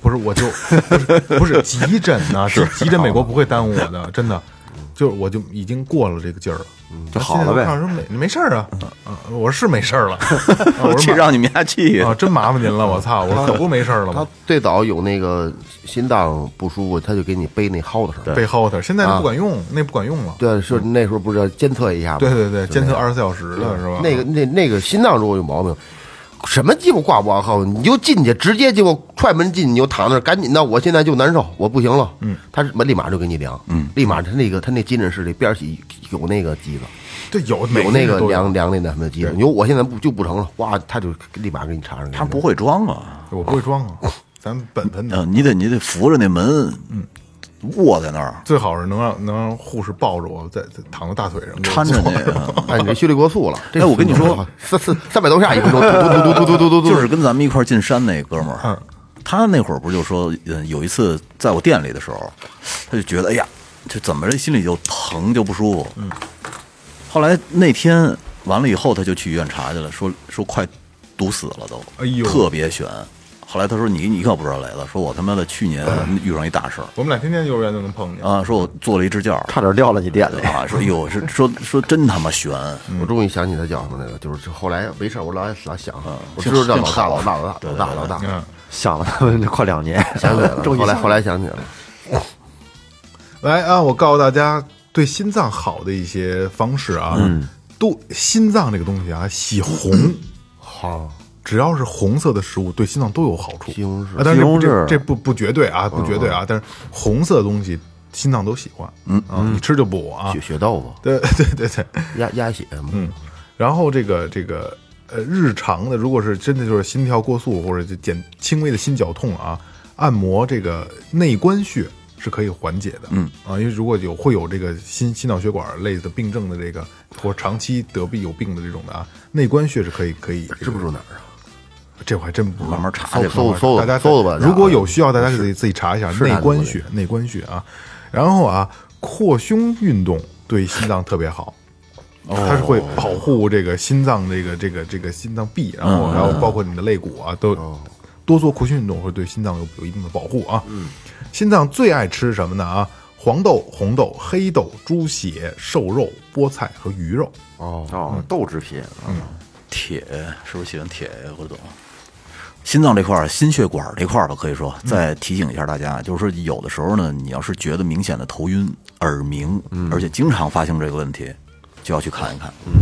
不是，我就不是不是急诊呐、是急诊，美国不会耽误我的，真的。就是我就已经过了这个劲儿了，
就好了呗
他现在都看着说没没事儿啊，啊，我是没事儿了，啊我
去
说
让你们家去
麻啊，真麻烦您了，我操，我可不没事儿了
他
吗？
最早有那个心脏不舒服，他就给你背那蒿子上，
背后头，现在都不管用，那不管用了。
对，是那时候不是要监测一下吗？
对对对，监测二十四小时的是吧？
那个那那个心脏如果有毛病，什么鸡巴挂不挂号，你就进去，直接就踹门进，你就躺那儿，赶紧的，我现在就难受，我不行了。嗯，他是门立马就给你量，嗯，立马他那个他那急诊室里边儿起有那个机子，
对有每
有那
人
个
都
量量那那什么的机子，你说我现在不就不成了，哇，他就立马给你查上。
他不，会装啊，
我不会装啊，咱本分的，
嗯，你得你得扶着那门，嗯，卧在那儿
最好是能让能让护士抱着我，在在躺在大腿上给我
搀着
做
你，嗯
哎，你这血流过速了。这
哎我跟你说，
三四三百多下一分钟，嘟嘟嘟嘟嘟嘟嘟，
就是跟咱们一块儿进山那哥们儿，他那会儿不就说，嗯，有一次在我店里的时候，他就觉得，哎呀，就怎么着心里就疼就不舒服。嗯。后来那天完了以后，他就去医院查去了，说说快堵死了都，
哎呦
特别悬。后来他说你你可不知道雷子，说我他妈的去年遇上一大事儿
我们俩天天幼儿园就能碰见，
啊，说我坐了一支教儿
差点撂了你店里。
啊，说哟是说说真他妈悬，
我终于想起他叫什么来了，就是后来没事儿，我老老想，我知道叫老大老大老大老大老大，
嗯。
想了他们快两年，
想起来了，后来后来想起来了，
来啊，我告诉大家对心脏好的一些方式啊。嗯，都心脏这个东西啊，喜红，好，只要是红色的食物对心脏都有好处。
西红柿
啊，但是这不
西红柿
这这不不绝对啊，不绝对啊，但是红色的东西心脏都喜欢。嗯啊，你吃就补啊
血。血豆腐
对 对对对，
鸭鸭血嘛，
嗯，然后这个这个呃，日常的如果是真的就是心跳过速或者就减轻微的心绞痛啊，按摩这个内关穴是可以缓解的。嗯啊，因为如果有会有这个心心脑血管类的病症的这个或长期得病有病的这种的啊，内关穴是可以可以这
知
个
不知道哪儿啊？
这我还真不知道
慢慢查去
搜
吧。
搜搜
大家
搜吧，
如果有需要，大家自己自己查一下
是
内
哪里
关穴，内关穴啊。然后啊，扩胸运动对心脏特别好，
哦
它是会保护这个心脏这个这个这个心脏壁，然后还有包括你的肋骨啊，都
哦
多做扩胸运动会对心脏有有一定的保护啊。嗯，心脏最爱吃什么呢啊？黄豆、红豆、黑豆、猪血、瘦肉、菠菜和鱼肉。嗯
哦，豆制品，
铁是不是喜欢铁呀？胡总，心脏这块儿、心血管这块儿吧，可以说再提醒一下大家，啊就是说有的时候呢，你要是觉得明显的头晕、耳鸣，而且经常发生这个问题，就要去看一看。嗯，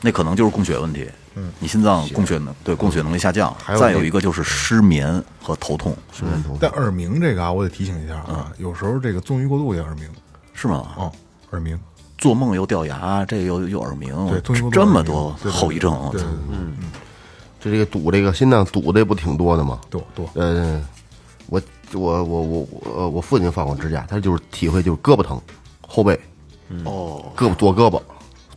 那可能就是供血问题。嗯，你心脏供血能对供血能力下降，再有一个就是失眠和头痛，是
哦
但耳鸣这个啊，我得提醒一下
嗯
啊，有时候这个纵欲过度也耳鸣
是吗？
哦，耳鸣。
做梦又掉牙，这又又耳鸣
对，中医，
哦这么多后遗症，啊嗯我
对
操
对对，
嗯
这这个堵这个心脏堵的不挺多的吗？
多多
呃，我我我我我我父亲放过指甲，他就是体会就是胳膊疼，后背，
嗯
哦，胳膊左胳膊，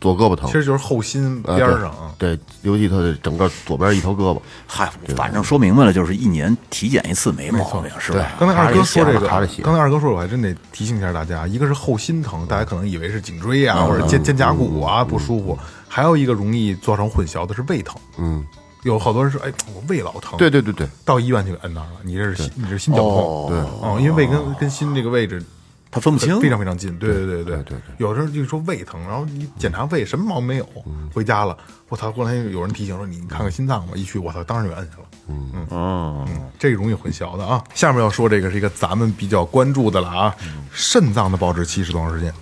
左胳膊疼
其，实就是后心
呃
嗯
边儿上啊。哦
对，对尤其他的整个左边一条胳膊，
嗨，反正说明白了，就是一年体检一次没毛病，是吧？
刚才二哥说这
爬着
个
血爬着血，
刚才二哥说，我还真得提醒一下大家，一个是后心疼，大家可能以为是颈椎
嗯
啊或者肩肩胛骨啊不舒服，还有一个容易造成混淆的是胃疼。嗯，有好多人说，哎，我胃老疼，
对对对对，
到医院去摁那儿了，你这是心，你这是心绞痛，对，哦，因为胃跟跟心这个位置
他分不清，
非常非常近，对对对对对。有时候就说胃疼，然后你检查胃什么毛病没有，回家了，我操！后来有人提醒说你看看心脏吧，一去我操，当时就摁下了。嗯嗯这个容易混淆的啊。下面要说这个是一个咱们比较关注的了啊，肾脏的保质期是多长时间？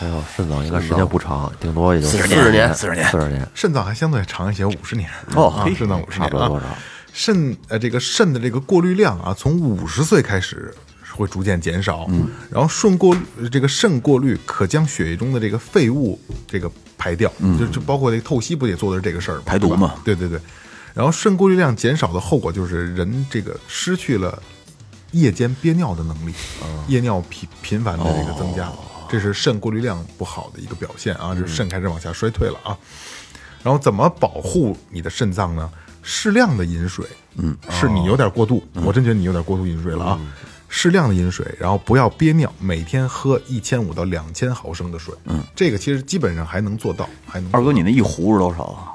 哎呦，肾脏应该时间不长，顶多也就
40年40年
四十年。
肾脏还相对长一些，五十年
哦
啊
嘿
肾脏五十
差
年
不多多少
啊。肾呃，这个肾的这个过滤量啊，从五十岁开始会逐渐减少，嗯，然后顺过呃这个肾过滤可将血液中的这个废物这个排掉，嗯，就就包括这个透析不也做的是这个事儿吗？
排毒
对吧
嘛
对对对。然后肾过滤量减少的后果就是人这个失去了夜间憋尿的能力，夜尿频频繁的这个增加，这是肾过滤量不好的一个表现啊，就是肾开始往下衰退了啊。然后怎么保护你的肾脏呢？适量的饮水，嗯，是你有点过度，我真觉得你有点过度饮水了啊。适量的饮水，然后不要憋尿，每天喝一千五到两千毫升的水，嗯，这个其实基本上还能做到，还能
二哥，你那一壶是多少啊？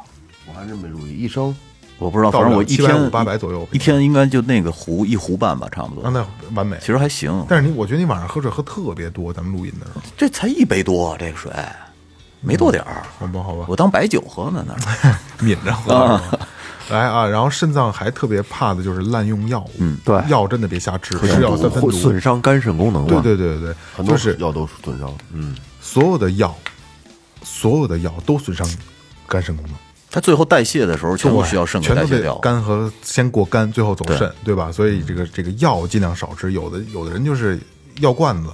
我还真没注意，一升
我不知道，
到
反
不了
正我一天
750 800左右
一天应该就那个壶一壶半吧，差不
让
多。
它完美。
其实还行，
但是你，我觉得你晚上喝水喝特别多，咱们录音的时候，
这才一杯多，啊这个水没多点儿，
好吧，好 吧，
我当白酒喝呢，那 儿
抿着喝。来啊，然后肾脏还特别怕的就是滥用药物，嗯，
对
药真的别瞎吃，吃药三分毒
会。损伤肝肾功能
对
嘛？
对对对对，
很多
就是
药都损伤，嗯，
所有的药，所有的药都损伤肝肾功能，
它最后代谢的时候全部需要肾给
全
代
都
谢
被
掉。
肝和先过肝，最后走
对
肾，对吧？所以这个这个药尽量少吃，有的有的人就是药罐子。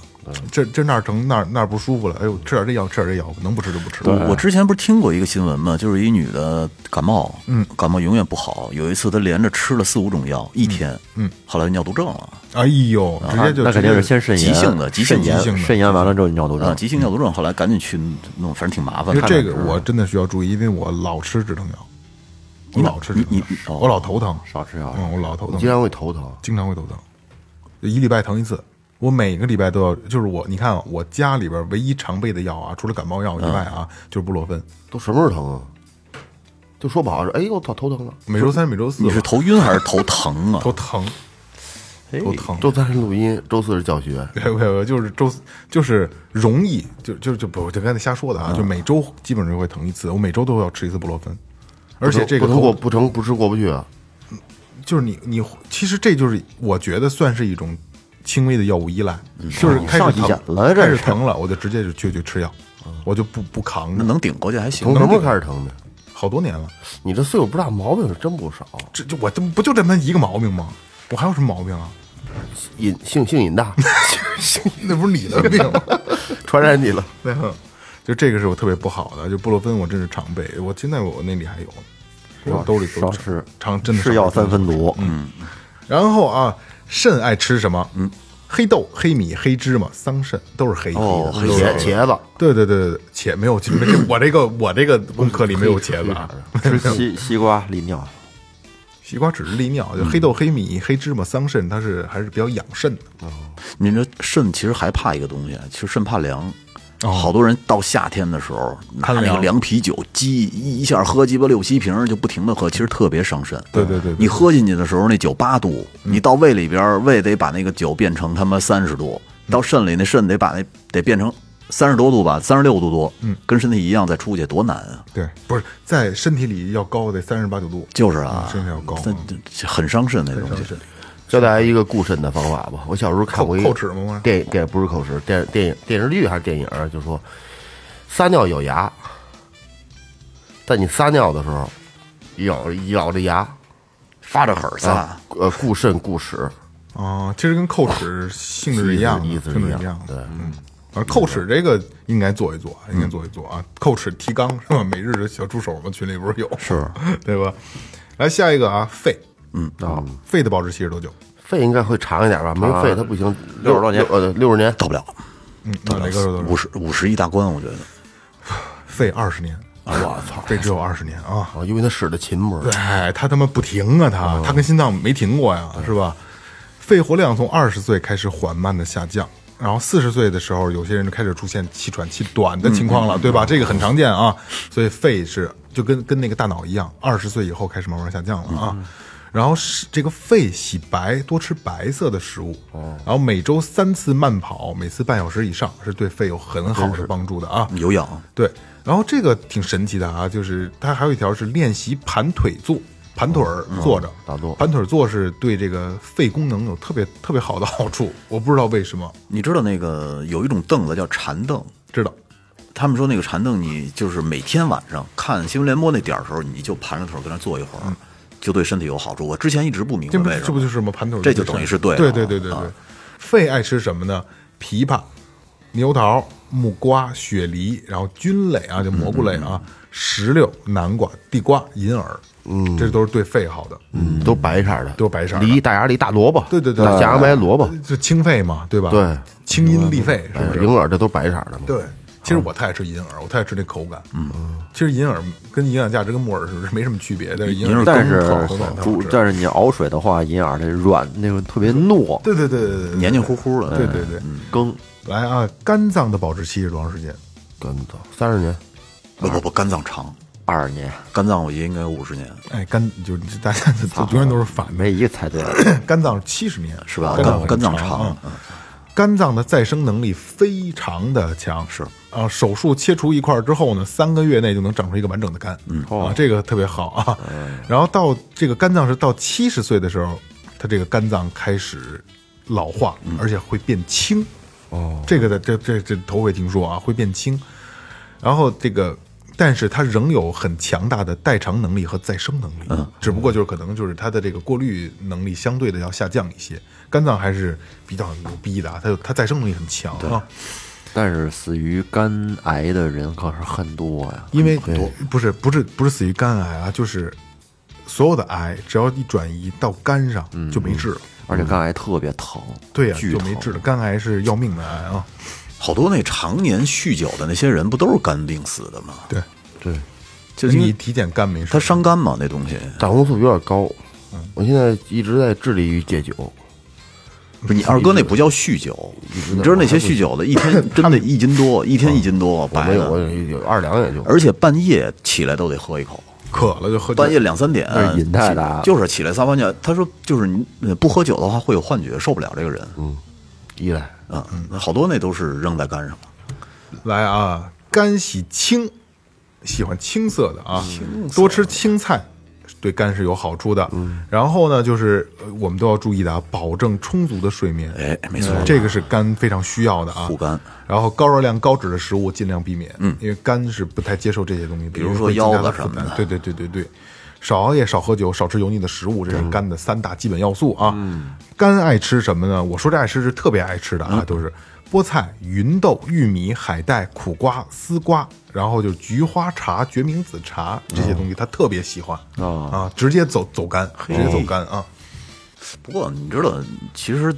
这这那儿疼那儿那儿不舒服了，哎呦，吃点这药，吃点这药，能不吃就不吃。
我我之前不是听过一个新闻吗？就是一女的感冒，嗯，感冒永远不好。有一次她连着吃了四五种药，一天，嗯，后来尿毒症了，
哎呦，直接就
那肯定
直接
是先肾炎，
急性的急性
肾炎
急性的
肾炎完了之后尿毒
啊，
症。
急性尿毒症，后来赶紧去弄，反正挺麻烦
因为
的。
嗯这个我真的需要注意，因为我老吃止疼药，我老吃止疼
你
药
你，哦
我老头疼，
少吃药
嗯，我老头疼，
经常会头疼，
经常会头疼，一礼拜疼一次。我每个礼拜都要，就是我，你看啊我家里边唯一常备的药啊，除了感冒药以外啊，就是布洛芬，
都什么时候疼啊？就说不好，说哎呦，我操，头疼了。
每周三、每周四
你是头晕还是头疼啊？
头疼，头疼。
周三是录音，周四是教学，
对对对，就是周四就是容易，就就就不就刚才瞎说的啊，就每周基本上会疼一次，我每周都要吃一次布洛芬，而且这个
不能
头
过不成不吃过不去啊。
就是你你其实这就是我觉得算是一种轻微的药物依赖，就是开始
上瘾
疼
了这
开始
是
疼了，我就直接就就去吃药，我就不不扛
那
着，
能顶过去还行
从。什么时候开始疼的？
好多年了，
你这岁数不大，毛病是真不少。
这就我这不就这么一个毛病吗？我还有什么毛病啊？
瘾性性瘾大，
那不是你的病吗，
传染你了。
对吧就这个是我特别不好的，就布洛芬我真是常备，我现在我那里还有，我兜里都
少吃
常真的
是
常
药
备
三分毒，嗯，
然后啊，肾爱吃什么？嗯，黑豆、黑米、黑芝麻、桑葚都是黑的
哦黑
都是
茄茄子，
对对对对对，茄没有茄，没这我这个我这个功课里没有茄子啊。
吃西西瓜利尿，
西瓜只是利尿，就黑豆、黑米、黑芝麻、桑葚，它是还是比较养肾的。
你这肾其实还怕一个东西，啊其实肾怕凉。好多人到夏天的时候
哦
拿
贪
那个
凉
凉啤酒，鸡一一下喝鸡巴六七瓶儿就不停的喝，其实特别伤肾。
对对对对嗯
你喝进去的时候那酒八度，你到胃里边儿胃得把那个酒变成他妈三十度，
嗯
到肾里那肾得把那得变成三十多度吧，三十六度多，嗯，跟身体一样再出去多难啊！
对，不是在身体里要高得三十八九度，
就是啊
嗯，身体要高啊，
但这很伤肾那东西。
教大家一个固肾的方法吧。我小时候看过一个
扣扣齿吗
电影电影不是口齿，电电影电视剧还是电影啊，就说撒尿咬牙，在你撒尿的时候咬咬着牙
发着狠儿撒
啊，，呃，固肾固齿，
啊，其实跟扣齿性质一样的，
意思
性
是
质
一
一样的。
对，
啊，扣齿这个应该做一做，啊，应该做一做啊。扣齿提纲 是吧？每日的小助手嘛，群里 嗯不是有是，对吧？来下一个啊，肺，嗯啊，肺的保质期是多久？
肺应该会长一点吧？没肺它不行，六十多年，呃，对六十年，
到不了，
嗯，那雷哥说多少？
五十五十一大关，我觉得。
费二十年，啊我操，费只有二十年啊！
啊，因为它使的勤不是
对，他他妈不停啊，他他跟心脏没停过呀，是吧？肺活量从二十岁开始缓慢的下降，然后四十岁的时候，有些人就开始出现气喘气短的情况了，对吧？这个很常见啊，所以肺是就跟跟那个大脑一样，二十岁以后开始慢慢下降了啊。然后是这个肺洗白，多吃白色的食物，然后每周三次慢跑，每次半小时以上，是对肺有很好的帮助的啊。
有氧，
对，然后这个挺神奇的啊，就是它还有一条是练习盘腿坐，盘腿儿
嗯
坐着，
打坐
盘腿儿坐是对这个肺功能有特别特别好的好处，我不知道为什么，
你知道那个有一种凳子叫禅凳，
知道
他们说那个禅凳，你就是每天晚上看新闻联播那点儿的时候，你就盘着腿儿跟那儿坐一会儿，就对身体有好处。我之前一直不明白
这不嗯
为
这
什
不
么
就，是吗？盘腿儿
这
坐
就
着
等于是对了
对对对对
啊
对，肺爱吃什么呢？枇杷、猕猴桃、木瓜、雪梨，然后菌类啊，就蘑菇
嗯
类啊，石榴、南瓜、地瓜、银耳，嗯，这都是对肺好的，嗯。
都白色的，
都白色的
梨大牙梨大萝卜，
对对对
大牙白萝卜，
就清肺嘛，对吧？
对，
清音利肺是不
哎
是？
银耳这都白色的嘛，
对，其实我太爱吃银耳，我太爱吃那口感。嗯，其实银耳跟营养价值跟木耳是没什么区别，但是银耳
但是
更好
煮，
吃。
但是你熬水的话，银耳这软，那个特别糯，
对对对对对对，
黏黏糊糊的。
对对对，
嗯
羹
来啊，肝脏的保质期是多长时间？
跟头三十年，
不不不，肝脏长，
二十年，
肝脏我爷应该有五十年，
哎，肝就是大家永远都是反的，
没一个猜对的。
肝脏七十年
是吧？
哦肝
肝
脏
肝脏
很长
长嗯
啊，，肝脏的再生能力非常的强，是啊，手术切除一块儿之后呢，三个月内就能长出一个完整的肝，嗯啊，这个特别好啊。然后到这个肝脏是到七十岁的时候，它这个肝脏开始老化，而且会变青。嗯哦，这个的这这这头回听说啊，会变青。然后这个，但是它仍有很强大的代偿能力和再生能力，嗯，只不过就是可能就是它的这个过滤能力相对的要下降一些。肝脏还是比较牛逼的啊，它有它再生能力很强啊，
但是死于肝癌的人可是很多呀。
因为不是不是不是死于肝癌啊，就是所有的癌只要一转移到肝上
嗯
就没治了，
而且肝癌特别疼，
对呀、
巨
就
疼
没治了。肝癌是要命的癌啊，
好多那常年酗酒的那些人，不都是肝病死的吗？
对，
对，
就是因
你
为
体检肝没事，
它伤肝嘛，那东西。
嗯
胆红素有点高，我现在一直在致力于戒酒，
不是你二哥那不叫酗酒，你知道那些酗酒的，一天真的一斤多，一天一斤多，
我
白
没有，我
的，
有有二两也就，
而且半夜起来都得喝一口。
渴了就喝
半夜两三点
那是瘾太大了
起就是起来撒泡尿。他说，就是你呃不喝酒的话会有幻觉，受不了这个人。
依赖
嗯，好多那都是扔在肝上了。
来啊，肝喜青，喜欢青色嗯的啊，多吃青菜对肝是有好处的。然后呢，就是呃我们都要注意的啊，保证充足的睡眠。
哎，没错，
这个是肝非常需要的啊，
护肝。
然后高热量、高脂的食物尽量避免，嗯，因为肝是不太接受这些东西的，
比如说
因为会增加
腰
它
子
负担
什么的
对对对对对，少熬夜、少喝酒、少吃油腻的食物，这
嗯
是肝的三大基本要素啊。肝爱吃什么呢？我说这爱吃是特别爱吃的啊，
嗯
都是菠菜、芸豆、玉米、海带、苦瓜、丝瓜，然后就是菊花茶、决明子茶这些
哦
东西，他特别喜欢啊，直接走走肝，直接走肝啊。
不过你知道，其实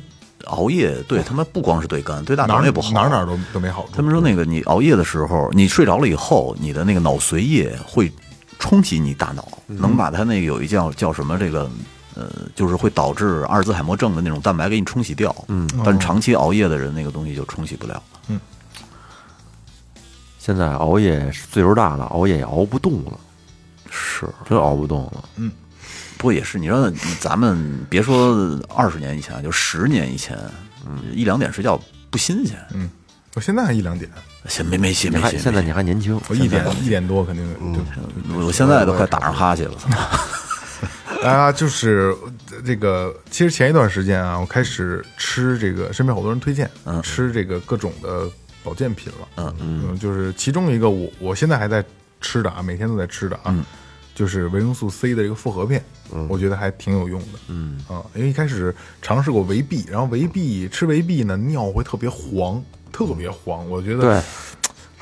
熬夜对他们不光是对肝，对大
哪
脑
儿
也不好。啊
哪儿哪儿都都没好处。
他们说那个你熬夜的时候，你睡着了以后，你的那个脑髓液会冲洗你大脑，能把它那个有一叫叫什么这个。呃，就是会导致阿尔兹海默症的那种蛋白给你冲洗掉，嗯，但是长期熬夜的人，那个东西就冲洗不了。
现在熬夜岁数大了，熬夜也熬不动了，是真熬不动了。
不过也是，你让咱们别说二十年以前，就十年以前，一两点睡觉不新鲜，
嗯，我现在还一两点。
现没没戏
你
没
还
戏。
现在
没
你还年轻，
我哦一点 一点多肯定就
戏我现在都快打上哈欠了， 操
大家就是呃这个，其实前一段时间啊，我开始吃这个，身边好多人推荐，吃这个各种的保健品了，嗯嗯，就是其中一个我我现在还在吃的啊，每天都在吃的啊，就是维生素 C 的这个复合片，我觉得还挺有用的，嗯啊，因为一开始尝试过维 B，然后维 B 吃维 B 呢，尿会特别黄，特别黄，我觉得
对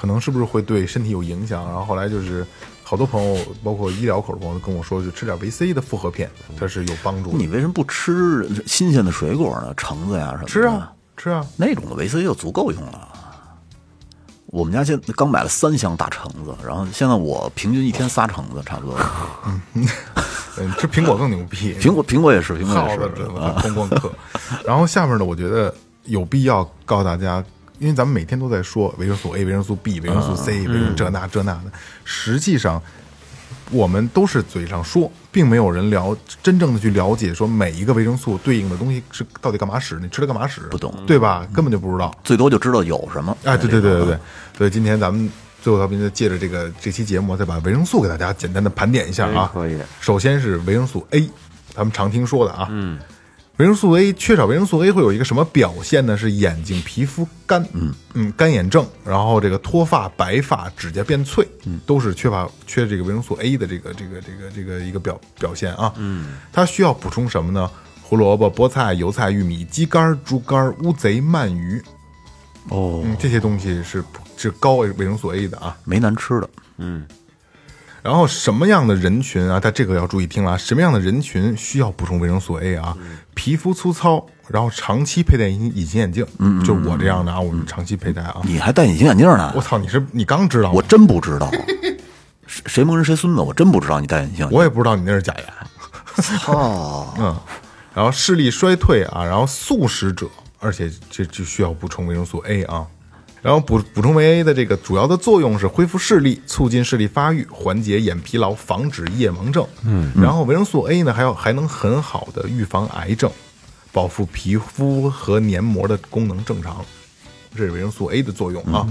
可能是不是会对身体有影响？然后后来就是好多朋友，包括医疗口的朋友跟我说，就吃点维 C 的复合片，它是有帮助的
你。为什么不吃新鲜的水果呢？橙子呀什么的？
吃啊，吃啊，
那种的维 C 就足够用了。我们家现在刚买了三箱大橙子，然后现在我平均一天仨橙子，差 不多。
嗯，吃苹果更牛逼。
苹果苹果也是，苹果
耗
也
子真
是
的
啊。
观光 客。然后下面呢，我觉得有必要告诉大家，因为咱们每天都在说维生素 A、维生素 B、维生
嗯
素 C、维生素这那这那的，实际上我们都是嘴上说，并没有人了真正的去了解说每一个维生素对应的东西是到底干嘛使，你吃了干嘛使，不
懂嗯
对吧？根本就不知道。
最多就知道有什么。
哎，对对对对对，所以今天咱们最后调频就借着这个这期节目，再把维生素给大家简单的盘点一下啊。
可以
首先是维生素 A，咱们常听说的啊。嗯。维生素 A 缺少维生素 A 会有一个什么表现呢？是眼睛、皮肤干，嗯嗯，干眼症，然后这个脱发、白发、指甲变脆，嗯，都是缺乏缺这个维生素 A 的这个这个这个这个一个表表现啊。嗯，它需要补充什么呢？胡萝卜、菠菜、油菜、玉米、鸡肝、猪肝、乌贼、鳗鱼，嗯，这些东西是是高维维生素 A 的啊。
没难吃的，
然后什么样的人群啊？他这个要注意听了啊，什么样的人群需要补充维生素 A 啊？皮肤粗糙，然后长期佩戴隐隐形眼镜，嗯，就我这样的啊，我们长期佩戴啊。
你还戴隐形眼镜呢
我？操，你是你刚知道吗
我真不知道，谁谁蒙人谁孙子，我真不知道你戴隐形眼镜。
我也不知道你那是假牙。
哦，
嗯，然后视力衰退啊，然后素食者，而且这就需要补充维生素 A 啊。然后补补充维 A 的这个主要的作用是恢复视力、促进视力发育、缓解眼疲劳、防止夜盲症。嗯，然后维生素 A 呢，还要还能很好的预防癌症，保护皮肤和黏膜的功能正常。这是维生素 A 的作用啊。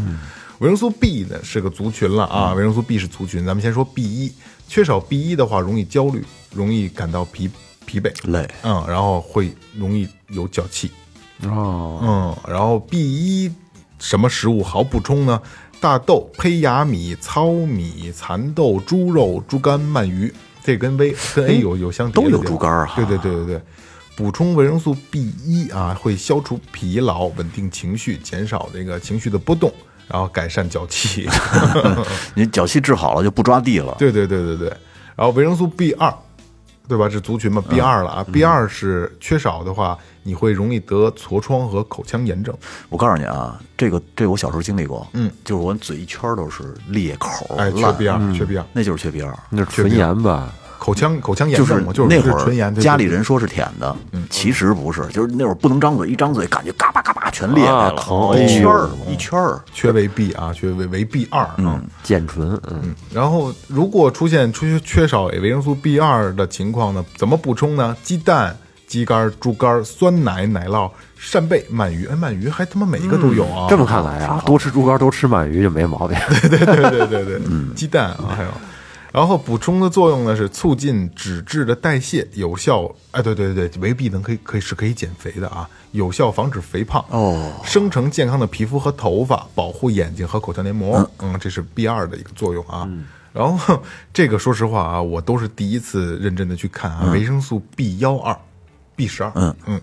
维生素 B 呢是个族群了啊，维生素 B 是族群。咱们先说 B 一，缺少 B 一的话，容易焦虑，容易感到疲疲惫、
累
嗯，然后会容易有脚气，
哦，
嗯，然后 B 一什么食物好补充呢？大豆、胚芽米、糙米、蚕豆、猪肉、猪肝、鳗鱼，这跟 V 跟 A 有有相叠的
哎都有
地方
猪肝儿啊
对对对对对，补充维生素 B 一啊，会消除疲劳，稳定情绪，减少这个情绪的波动，然后改善脚气。
你脚气治好了就不抓地了。
对对对对对。然后维生素 B 二，对吧？这族群嘛，B
嗯
二了啊。B 二是缺少的话，你会容易得痤疮和口腔炎症。
我告诉你啊，这个这个我小时候经历过，
嗯，
就是我嘴一圈都是裂口，
哎，缺
烂嗯
B 二，缺 B 二，
那就是缺鼻炎，
那是纯盐吧？
口腔口腔炎
就是
症嘛，就是
那会
纯炎。
儿
对
家里
对嗯
人说是舔的，其实不是，就是那会儿不能张嘴，一张嘴感觉嘎巴嘎巴全裂开
啊
了，
疼哎
一
呦
圈儿
嗯
一圈儿。
缺维 B 啊，缺维维 B 二啊。
碱醇，嗯，
然后如果出现缺缺少维生素 B 二的情况呢，怎么补充呢？鸡蛋、鸡肝、猪肝、酸奶、奶酪、扇贝、鳗鱼，哎，鳗鱼还他妈每一个都有
嗯
啊！
这么看来啊，多吃猪肝，多吃鳗鱼就没毛 病。
对对对对，鸡蛋啊，还有，然后补充的作用呢是促进脂质的代谢，有效，哎，对对对对，维 B 能可以可以是可以减肥的啊，有效防止肥胖
哦，
生成健康的皮肤和头发，保护眼睛和口腔黏膜，嗯，这是 B 二的一个作用啊。然后这个说实话啊，我都是第一次认真的去看啊，维生素 B 幺二、B 十二，嗯嗯，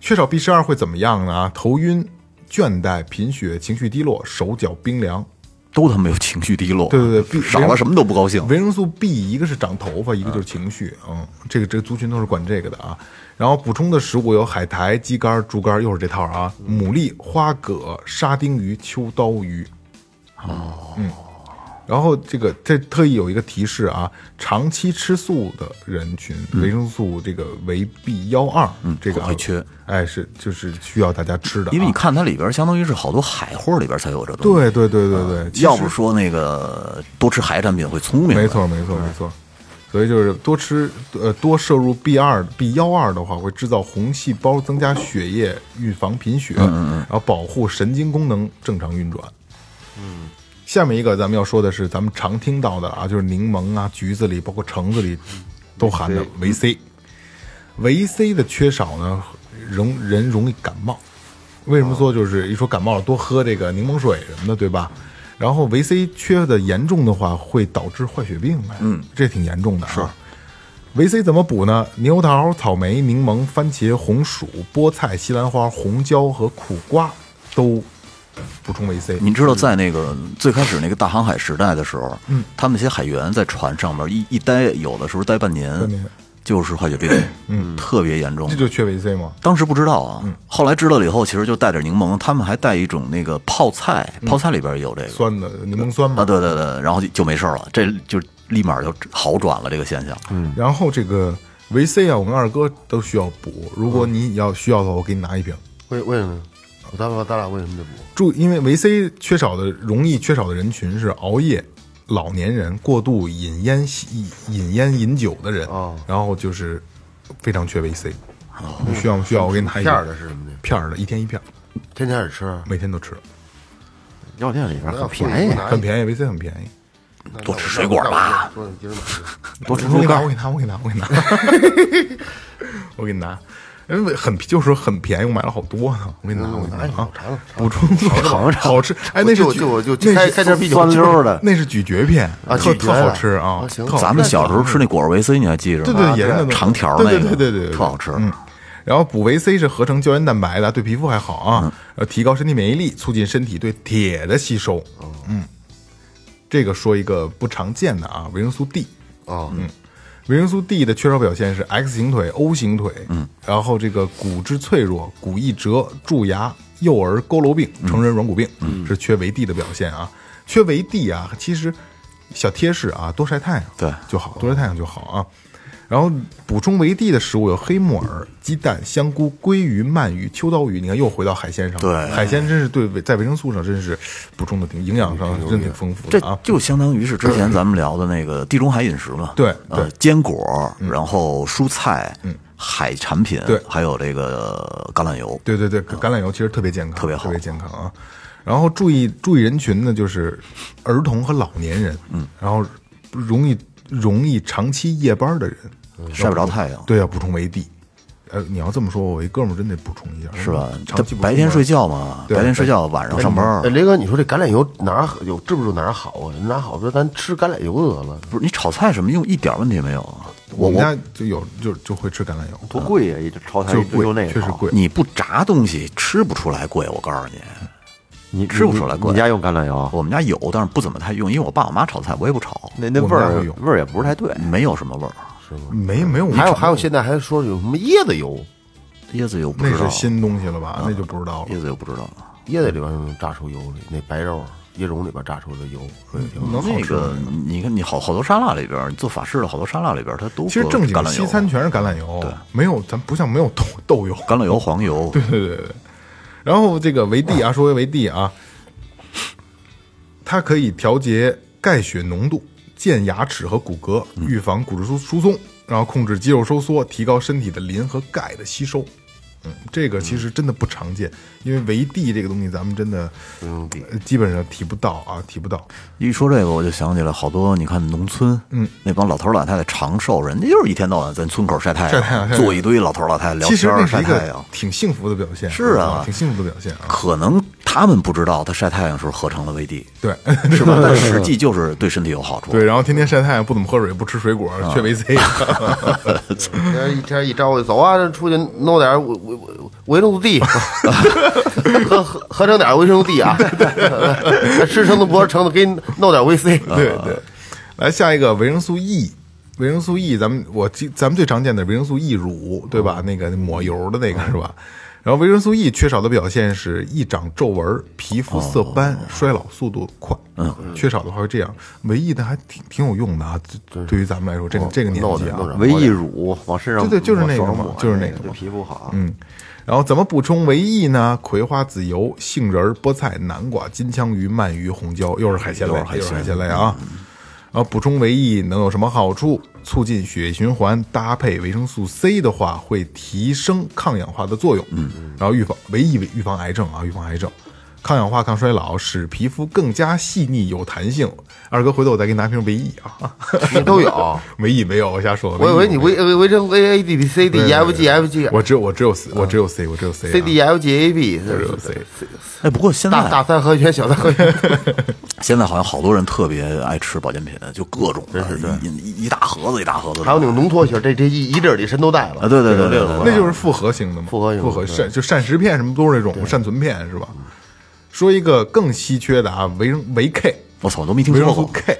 缺少 B 十二会怎么样呢？啊，头晕、倦怠、贫血、情绪低落、手脚冰凉，
都他妈有情绪低落，
对对对必
少了什么都不高兴。
维生素 B 一个是长头发，一个就是情绪，嗯，这个这个族群都是管这个的啊。然后补充的食物有海苔、鸡肝、猪肝，又是这套啊，牡蛎、花蛤、沙丁鱼、秋刀鱼。哦，嗯，然后这个这特意有一个提示啊，长期吃素的人群，
嗯
维生素这个维 B 幺二，这个啊
会嗯缺，
哎，是就是需要大家吃的啊、
因为你看它里边，相当于是好多海货里边才有这东西。
对对对对对，其
呃要
实
不说那个多吃海产品会聪明，
没。错，没错，没错。所以就是多吃呃多摄入 B 二 B 幺二的话，会制造红细胞，增加血液，预防贫血，然后保护神经功能正常运转。下面一个咱们要说的是咱们常听到的啊，就是柠檬啊、橘子里，包括橙子里，都含的维 C。维 C 的缺少呢，容人容易感冒。为什么说就是一说感冒了，多喝这个柠檬水什么的，对吧？然后维 C 缺的严重的话，会导致坏血病哎，嗯，这挺严重的、啊。是。维 C 怎么补呢？猕猴桃、草莓、柠檬、番茄、红薯、菠菜、西兰花、红椒和苦瓜都补充维 C。
你知道，在那个最开始那个大航海时代的时候，
嗯
他们那些海员在船上面一一待，有的时候待半年
年，
就是坏血病，嗯，特别严重
这。就缺维 C 吗？
当时不知道啊，
嗯
后来知道了以后，其实就带点柠檬，他们还带一种那个泡菜，泡菜里边也有这个
嗯酸的柠檬酸嘛
啊，。对对对，然后就就没事了，这就立马就好转了这个现象。
然后这个维 C 啊，我跟二哥都需要补。如果你要需要的话，我给你拿一瓶。
为为什么？我咱们咱俩为什么得补？
注，因为维 C 缺少的容易缺少的人群是熬夜、老年人、过度饮烟、吸饮烟、饮酒的人，
哦
然后就是非常缺维 C。你需要吗需要我给你拿一
片儿的是什么呢？
片儿的，一天一片儿，
天天得吃，啊
每天都吃，
药店里边很便宜，啊
哎
很便宜，维 C 很便宜。
多吃水果吧。
那我就说你今儿买去
多吃
我
猪
给你拿，
肝
我。给你拿，我给你拿，我给你拿，我给你拿。 因为很就是说很便宜，我买了好多呢。我给你拿，我给你
嗯哎
拿啊！补充好吃，好吃。哎，那是
我
咀
就我就
那
开
是
开瓶啤酒
酸溜的，
那是咀嚼片
啊
特
咀嚼
特好
的
吃啊
啊，行
特好吃
咱们小时候吃那果味 C，你还记着吗？
对对，也是那种
啊长条那
对
个，
对对对对，
特好吃。
嗯，然后补维 C 是合成胶原蛋白的，对皮肤还好
嗯
啊，呃，提高身体免疫力，促进身体对铁的吸收。
哦
嗯，这个说一个不常见的啊，维生素 D。
哦，
维生素 D 的缺少表现是 X 型腿、O 型腿，嗯，然后这个骨质脆弱、骨易折、蛀牙、幼儿佝偻病、成人软骨病，嗯，是缺维 D 的表现啊。缺维 D 啊，其实小贴士啊，多晒太阳，
对
就好，多晒太阳就好啊。然后补充维 D 的食物有黑木耳、鸡蛋、香菇、鲑鱼、鳗鱼、秋刀鱼。你看，又回到海鲜上了，
对
海鲜真是对维在维生素上真是补充的挺营养上真挺丰富
这
的啊。
就相当于是之前咱们聊的那个地中海饮食嘛，
对
呃
对，嗯
坚果，然后蔬菜，嗯，海产品，
对
还有这个橄榄油，
对对对，橄榄油其实特别健康，
哦特别好
特别健康啊。然后注意注意人群呢，就是儿童和老年人，嗯，然后容易容易长期夜班的人，
晒不着太阳，
对，要补充维 D。呃，你要这么说，我一哥们儿真得补充一下，
是吧？他
嗯长期不出门
白天睡觉嘛，
对
白天睡觉，晚上上班
哎，。雷哥，你说这橄榄油哪儿好有治不治哪儿好啊？哪儿好，不是咱吃橄榄油得了。
不是你炒菜什么用一点问题没有啊？
我
我
们
我
家就有就就会吃橄榄油，
多贵呀！一直超台
就
就那
贵，
一
确实
套
贵。
你不炸东西吃不出来贵，我告诉你，
你
吃不出来
你
贵
你家用橄榄油，
我们家有，但是不怎么太用，因为我爸我妈炒菜我也不炒，
那那
我
味
们家
儿
会有
味儿也不是太对。
没有什么味儿。
没
嗯
没有，
还有还有，现在还说有什么椰子油，
椰子油不
那
知道，嗯
是新东西了吧？那就不知道了
椰。子油不知道。
椰子里边能榨出油来，那白肉椰蓉里边榨出的油，说也挺好。
能好
那
吃
个
吗？
你看，你好好多沙拉里边儿，你做法式的好多沙拉里边儿，它都
其实
搁
正
橄
经
榄油啊
西餐全是橄榄油，没有咱不像没有豆豆油，
橄榄油、黄油，对，
对对对。然后这个维 D 啊，说回维 D 啊，它可以调节钙血浓度，健牙齿和骨骼，
嗯
预防骨质疏疏松，然后控制肌肉收缩，提高身体的磷和钙的吸收。嗯，这个其实真的不常
嗯
见，因为维 D 这个东西咱们真的，呃基本上提不到啊，提不到。
一说这个我就想起来好多，你看农村，嗯，那帮老头儿老太太长寿，人家就是一天到晚在村口晒太
晒太阳晒太
阳，
阳
坐一堆老头儿老太太聊
其实
天
那
儿
是一
晒太
个
阳。
挺幸福的表现，
是啊
挺幸福的表现啊。
可能他们不知道，他晒太阳的时候合成了 维 D，
对
是吧？但实际就是对身体有好处。
对，然后天天晒太阳，不怎么喝水，不吃水果，
啊
缺维 C。
今天一天一招呼，走啊，出去弄点维维维生素 D，合合合成点维生素 D 啊，吃橙子不吃橙子，给你弄点维 C。
对对，来下一个维生素 E，维生素 E，咱们我记咱们最常见的维生素 E 乳，对吧？那个抹油的那个是吧？然后维生素 E 缺少的表现是易长皱纹、皮肤色斑、衰老速度快。哦嗯，缺少的话会这样。维 E 的还挺挺有用的啊，对对于咱们来说，这个这个年
弄
纪
点
啊，
弄点
维 E 乳往身上
对对就是
往
那个
手上
嘛
抹
就是那
那
个
对
嘛
皮肤好。
嗯，然后怎么补充维 E 呢？葵花籽油、杏仁、菠菜、南瓜、金枪鱼、鳗鱼、红椒，又是海鲜类，又是海鲜类啊。
嗯
然后补充维 E 能有什么好处？促进血液循环，搭配维生素 C 的话，会提升抗氧化的作用。嗯，然后预防维 E 预防癌症啊，预防癌症。抗氧化、抗衰老，使皮肤更加细腻有弹性。二哥，回头我再给你拿瓶维 E 啊，
你都有，
维 E 没有，我瞎说。
我以为你
维 E
维维维生 A A D B C D E F G F G
没有我只有我只有 C，我只有 C，我只有 C 啊。
C D E F G A B，
我只有 C。
哎，不过现
大
在
大三合一圈，小三合一圈。
现在好像好多人特别爱吃保健品，就各种的，一一一大盒子一大盒子的。
还有那种浓缩型，这这一一阵儿里全都带了
啊对对对对对
这种
嗯那就是复合型的嘛，
复合型的
复合
对
膳就膳食片什么都是这种，善存片是吧？说一个更稀缺的啊，维生维 K，
我操，我都没听
维生
说
素
过，
K，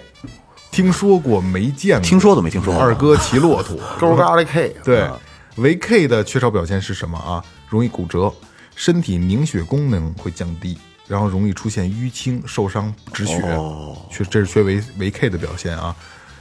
听说过没见过？
听说都没听说过。
二哥骑骆 驼，
勾嘎的 K，
对，
啊
维 K 的缺少表现是什么啊？容易骨折，身体凝血功能会降低，然后容易出现淤青、受伤、止血，
哦
缺这是缺维维 K 的表现啊。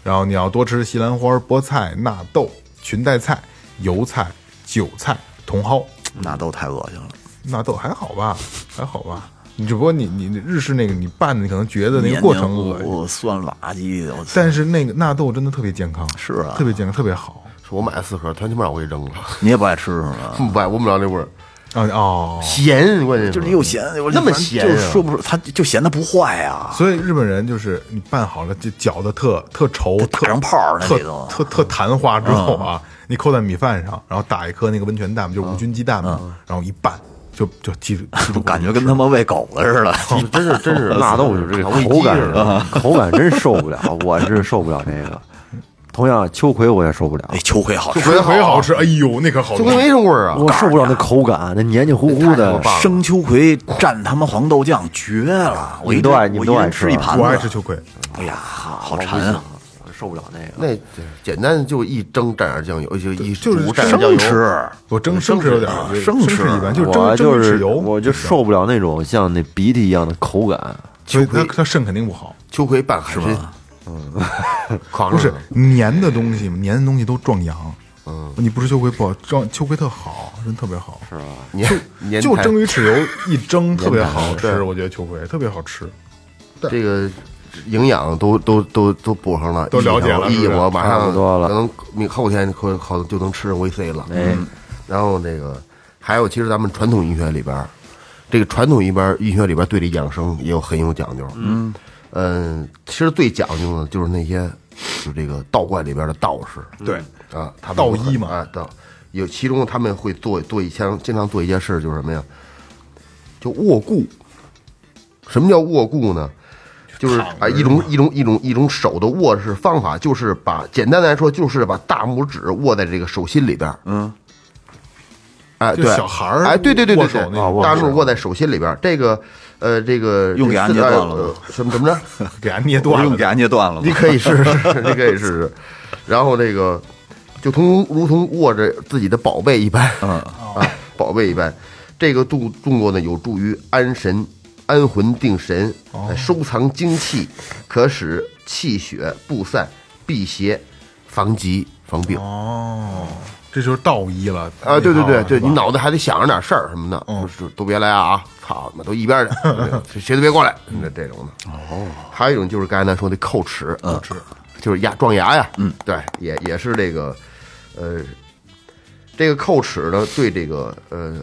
然后你要多吃西兰花、菠菜、纳豆、裙带菜、油菜、韭菜、茼蒿。
纳豆太恶心了，
纳豆还好吧，还好吧。你只不过你你你日式那个你拌的，你可能觉得那个
黏
过
黏
程
糊
恶心，
糊酸瓦唧的，我操！
但是那个纳豆真的特别健康，
是啊
特别健康，特别好。
说我买了四盒，他他妈让我给扔了，
你也不爱吃是吗？
不爱，闻不了那味儿，
啊哦，
咸，关键
就是又咸，我
那么
反正
咸啊
就是说不出，他就嫌它不坏啊呀。
所以日本人就是你拌好了就搅的特特稠，
打
特
成泡儿那
特
里头
特特弹花之后啊，你扣在米饭上，然后打一颗那个温泉蛋，就是无菌鸡蛋嘛，然后一拌就就记住，
感觉跟他妈喂狗子似的，
真是真是
纳豆就是这个口感，
啊
啊 口感真受不了，我是受不了这个。同样，秋葵我也受不了
哎，，秋葵好吃，
特别好吃。哎呦，那可好吃
就！跟没什么味儿啊。
我受不了那口感，那黏黏糊糊的。
啊
生秋葵蘸他妈黄豆酱绝了！我一
你都
人
爱你
我
都
一人
爱
吃
吃
一
啊
盘子，
我爱吃秋葵，
哎呀，好馋啊！
受不了那个，
那简单就一蒸蘸点酱油，就一煮
就是
蘸点酱
生
油，
吃，
我蒸生吃有点
啊
儿
生
吃
吃
一般，就是
我
蒸蒸
就
鱼豉
是
油，
我就受不了那种像那鼻涕一样的口感。
所以它它肾肯定不好，
秋葵拌海参，嗯， 狂
不是
热
黏的东西嘛，黏的东西都壮阳。嗯，你不吃秋葵不好，壮秋葵特好，真特别好，是吧？
年年
就
菜
蒸鱼豉油一 蒸特别好吃，我觉得秋葵特别好吃。
这个营养都都都都补上了，
都了解了
一
是不是
我马
差
上
不多了
可能明后天可好就能吃上维 C 了。嗯，然后那个还有，其实咱们传统医学里边儿，这个传统医边儿医学里边儿对这养
嗯
生也有很有讲究。嗯其实最讲究的就是那些，就这个道观里边的道士。
对，
啊，他们
道
会
医嘛
啊，道有其中他们会做做一项经常做一件事，就是什么呀？就卧固。什么叫卧固呢？就是啊，一种一种一种一种手的握式方法，就是把简单来说，就是把大拇指握在这个手心里边。嗯，哎，
就
对，
小孩儿
哎，对对对对
握手
对
那种，
大拇指握在手心里边。这个呃，这个
用给俺
这
捏
个
断了吗
呃什么怎么着？
给它捏
不
断
用
了。
给俺捏断了
你
吗？
可以试试，你可以试试。然后这个就同如同握着自己的宝贝一般，嗯啊，宝贝一般。这个动动作呢，有助于安神、安魂定神，哎收藏精气，可使气血不散，辟邪、防疾、防病。
哦，这就是道医了
啊，对对对对，你
那一套了是吧嗯
脑子还得想着点事儿什么的，就是都别来啊啊！操你妈，都一边儿去， 就谁都别过来，这这种的。哦，还有一种就是刚才咱说的叩齿，
嗯
叩齿就是牙撞牙呀，嗯，对，也也是这个，呃，这个叩齿呢，对这个呃，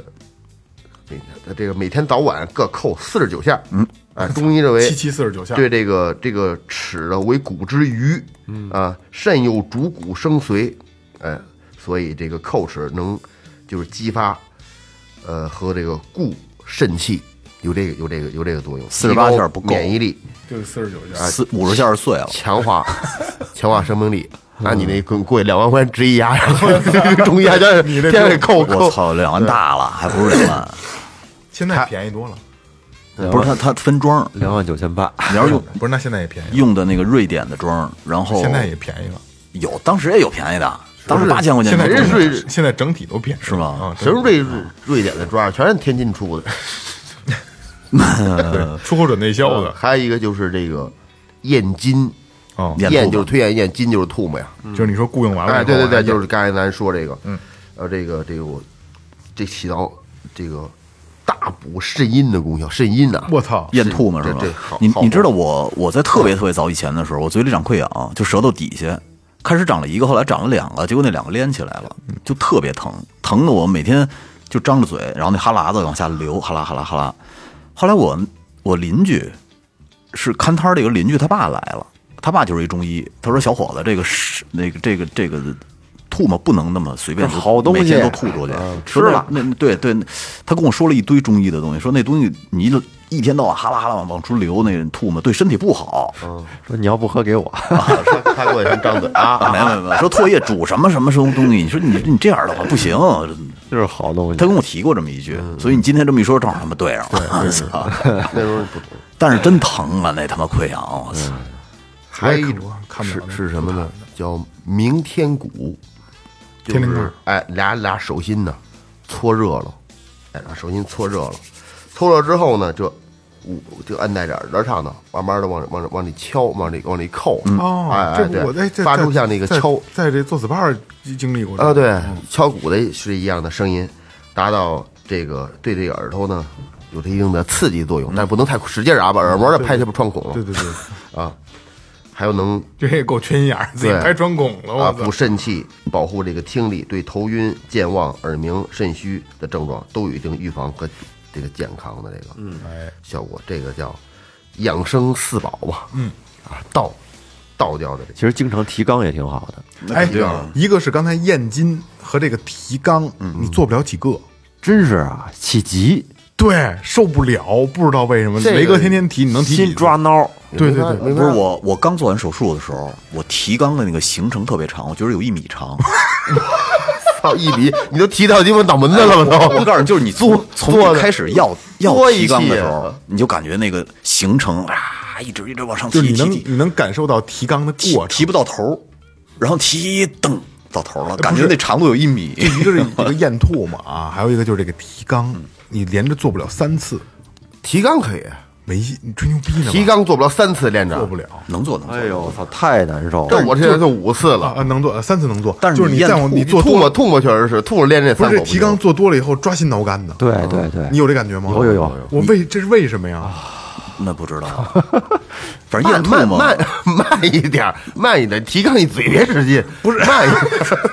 每天这个每天早晚各叩四十九下，嗯，哎，中医认为
七七四十九下，
对这个这个齿呢为骨之余，
嗯
啊，肾有主骨生髓，哎，所以这个叩齿能就是激发，呃，和这个固肾气有这个有这个有这个作用，
48
提高
下不够
免疫力
就是四十九下。
四五十下就碎了，
强 化强化生命力。
嗯
那你那更贵，两万块钱值一牙，然后 中医牙尖，
你那
天给扣
我
扣，
操，两万大了，还不是两万？
现在便宜多了，
不是，它它分装，
两万九千八，
你要是用
不是？那现在也便宜，
用的那个瑞典的装，然
哦
后
现在也便宜了。
有，当时也有便宜的，当时
不是
八千块钱
现在
就有
真
整
是
体现在整体都便宜
是吗
啊，
什么瑞瑞瑞典的抓，全是天津出的。
对出口转内销
嗯
的
还有一个就是这个燕筋，
哦，
咽
燕
吐
就是推荐燕，筋就是吐沫呀。
就是你说雇佣完了
嗯哎，
以后
对
啊，
对对，就是是刚才咱说这个，嗯，呃，这个这个我这起到这个大补肾阴的功效，肾阴啊，
我操，
咽吐嘛是吧
这这好？
你
好
你知道我我在特别特别早以前的时候，我嘴里长溃疡，就舌头底下开始长了一个，后来长了两个，结果那两个连起来了，
嗯
就特别疼，疼的我每天就张着嘴，然后那哈喇子往下流，哈啦哈啦哈啦。后来我我邻居是看摊儿的一个邻居，他爸来了，他爸就是一中医，他说小伙子，这个是那个这个这个。吐沫不能那么随便就，
这好东西
每天都吐出去，
吃
说那
了
那那对对，那他跟我说了一堆中医的东西，说那东西你一天到晚哈啦哈啦往往出流，那吐沫对身体不好。
说你要不喝给我，
他他 给我先张嘴啊，
啊，没没没，说唾液煮什么什么什么东西，你说你你这样的话不行，
就是好东西。
他跟我提过这么一句，所以你今天这么一说，正好他妈对上了。操！
那时候不懂。
但是真疼啊，那他妈溃疡，我操！
还有一
种
种看不
是
了
是什么呢？叫明天鼓，就
天灵盖
是
儿
哎，俩俩手心呢搓热了，哎，俩手心搓热了，搓热之后呢，就捂就按在这耳朵上头，慢慢的往往往里敲，往里往里扣，
哦，
哎
这
哎
不我在
对，
这
发
在
出像那个
在
敲
在这做 SPA 经历过
啊，对，
嗯
敲鼓的是一样的声音，达到这个对这个耳朵呢有着一定的刺激作用，
嗯
但不能太使劲儿啊，把耳膜儿拍下边穿孔
对
了
对对，
啊，还有能
这也够缺心眼儿，自己
对
拍穿孔了，
啊，
我
补
操！
肾气，保护这个听力，对头晕、健忘、耳鸣、肾虚的症状都有一定预防和这个健康的这个嗯
哎
效果。这个叫养生四宝吧，嗯啊，道道教的这
其实经常提纲也挺好的，
哎
定啊，
一个是刚才燕筋和这个提纲，你做不了几个，
真是啊，起急
对，受不了，不知道为什么。
这个
雷哥天天提，你能提几
心
个
抓挠，
对对对，
没
不是
法没法
我，我刚做完手术的时候，我提肛的那个行程特别长，我觉得有一米长。
操一笔，你都提到鸡巴脑门子了吧
我
都。
告诉你，就是你从从
哦做
一
的
开始要要
多一
提肛
气
的时候
啊，
你就感觉那个行程啊，一直一直往上
就
提，
是你
提
能
提
你能感受到提纲的
提
过
提
程。
不到头儿，然后提噔到头儿了，感觉那长度有一米。
一个是 这个咽吐嘛啊，还有一个就是这个提纲，你连着做不了三次，
提纲可以，
没戏你吹牛逼呢吧？
提纲做不了三次连着，
做不了
能做能做，
哎呦我操，太难受
这
了。
我现在做五次
啊
了。
啊，能做三次能做，
但是
就是
你
你
咽
再往
吐
你做
吐
多
沫
了，
吐沫确实是吐了连着这
不
三
是
口
这提纲做多了以后抓心挠肝的，
对对对，
你有这感觉吗？
啊有有有，
我为这是为什么呀？
那不知道，啊反正
慢
咽吐
慢
嘛，
慢慢一点儿，慢一点儿，提纲你嘴别使劲，不是慢一 点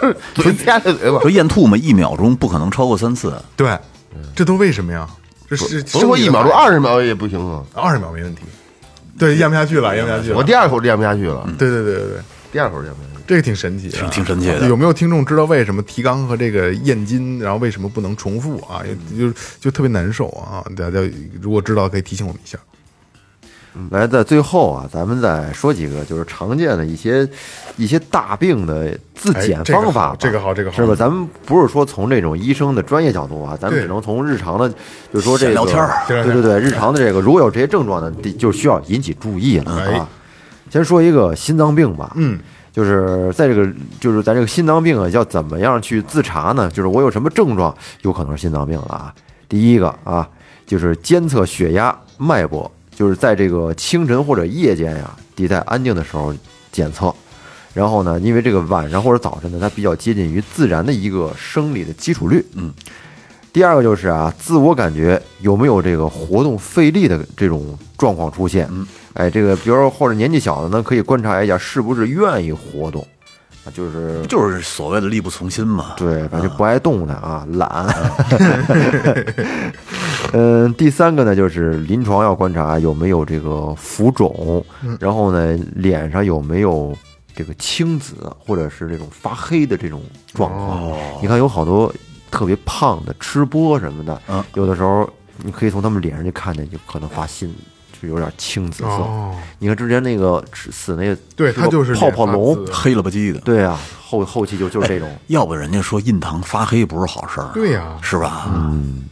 儿，嘴夹着嘴巴
说。咽吐嘛，一秒钟不可能超过三次。
对，这都为什么呀？这是
不是说一秒钟，二十秒也不行啊！
二十秒没问题，对，咽不下去了，咽不下去了。
我第二口咽不下去了，
对对对对对，
第二口咽不下去。
这个挺神奇的，挺
挺神奇的
有没有听众知道为什么提纲和这个燕筋，然后为什么不能重复啊？就就就特别难受啊！大家如果知道，可以提醒我们一下。
来，在最后啊，咱们再说几个就是常见的一些一些大病的自检
哎这个
方法吧
好这个好这个好
是吧？咱们不是说从这种医生的专业角度啊，咱们
对
只能从日常的，就是说这
闲
个
聊天儿
对对对，日常的这个，如果有这些症状呢，得就需要引起注意了
哎
啊。先说一个心脏病吧，
嗯，
就是在这个就是咱这个心脏病啊，要怎么样去自查呢？就是我有什么症状，有可能是心脏病了啊。第一个啊，就是监测血压、脉搏，就是在这个清晨或者夜间呀、得在安静的时候检测。然后呢，因为这个晚上或者早晨呢，它比较接近于自然的一个生理的基础率。嗯。第二个就是啊，自我感觉有没有这个活动费力的这种状况出现？嗯，哎，这个比如说或者年纪小的呢，可以观察一下是不是愿意活动，啊，就是
就是所谓的力不从心嘛。
对，反正不爱动弹啊，懒。 嗯，第三个呢，就是临床要观察有没有这个浮肿，
嗯
然后呢，脸上有没有这个青紫或者是这种发黑的这种状况。
哦
你看，有好多特别胖的吃播什么的，
嗯
有的时候你可以从他们脸上就看见，就可能发新，就有点青紫色。
哦
你看之前那个吃死那个，
对他就是
泡泡
脸发
龙
紫，
黑了吧唧的，
对啊，后后期就就是这种。
要不人家说印堂发黑不是好事儿，啊
对呀
是吧？
嗯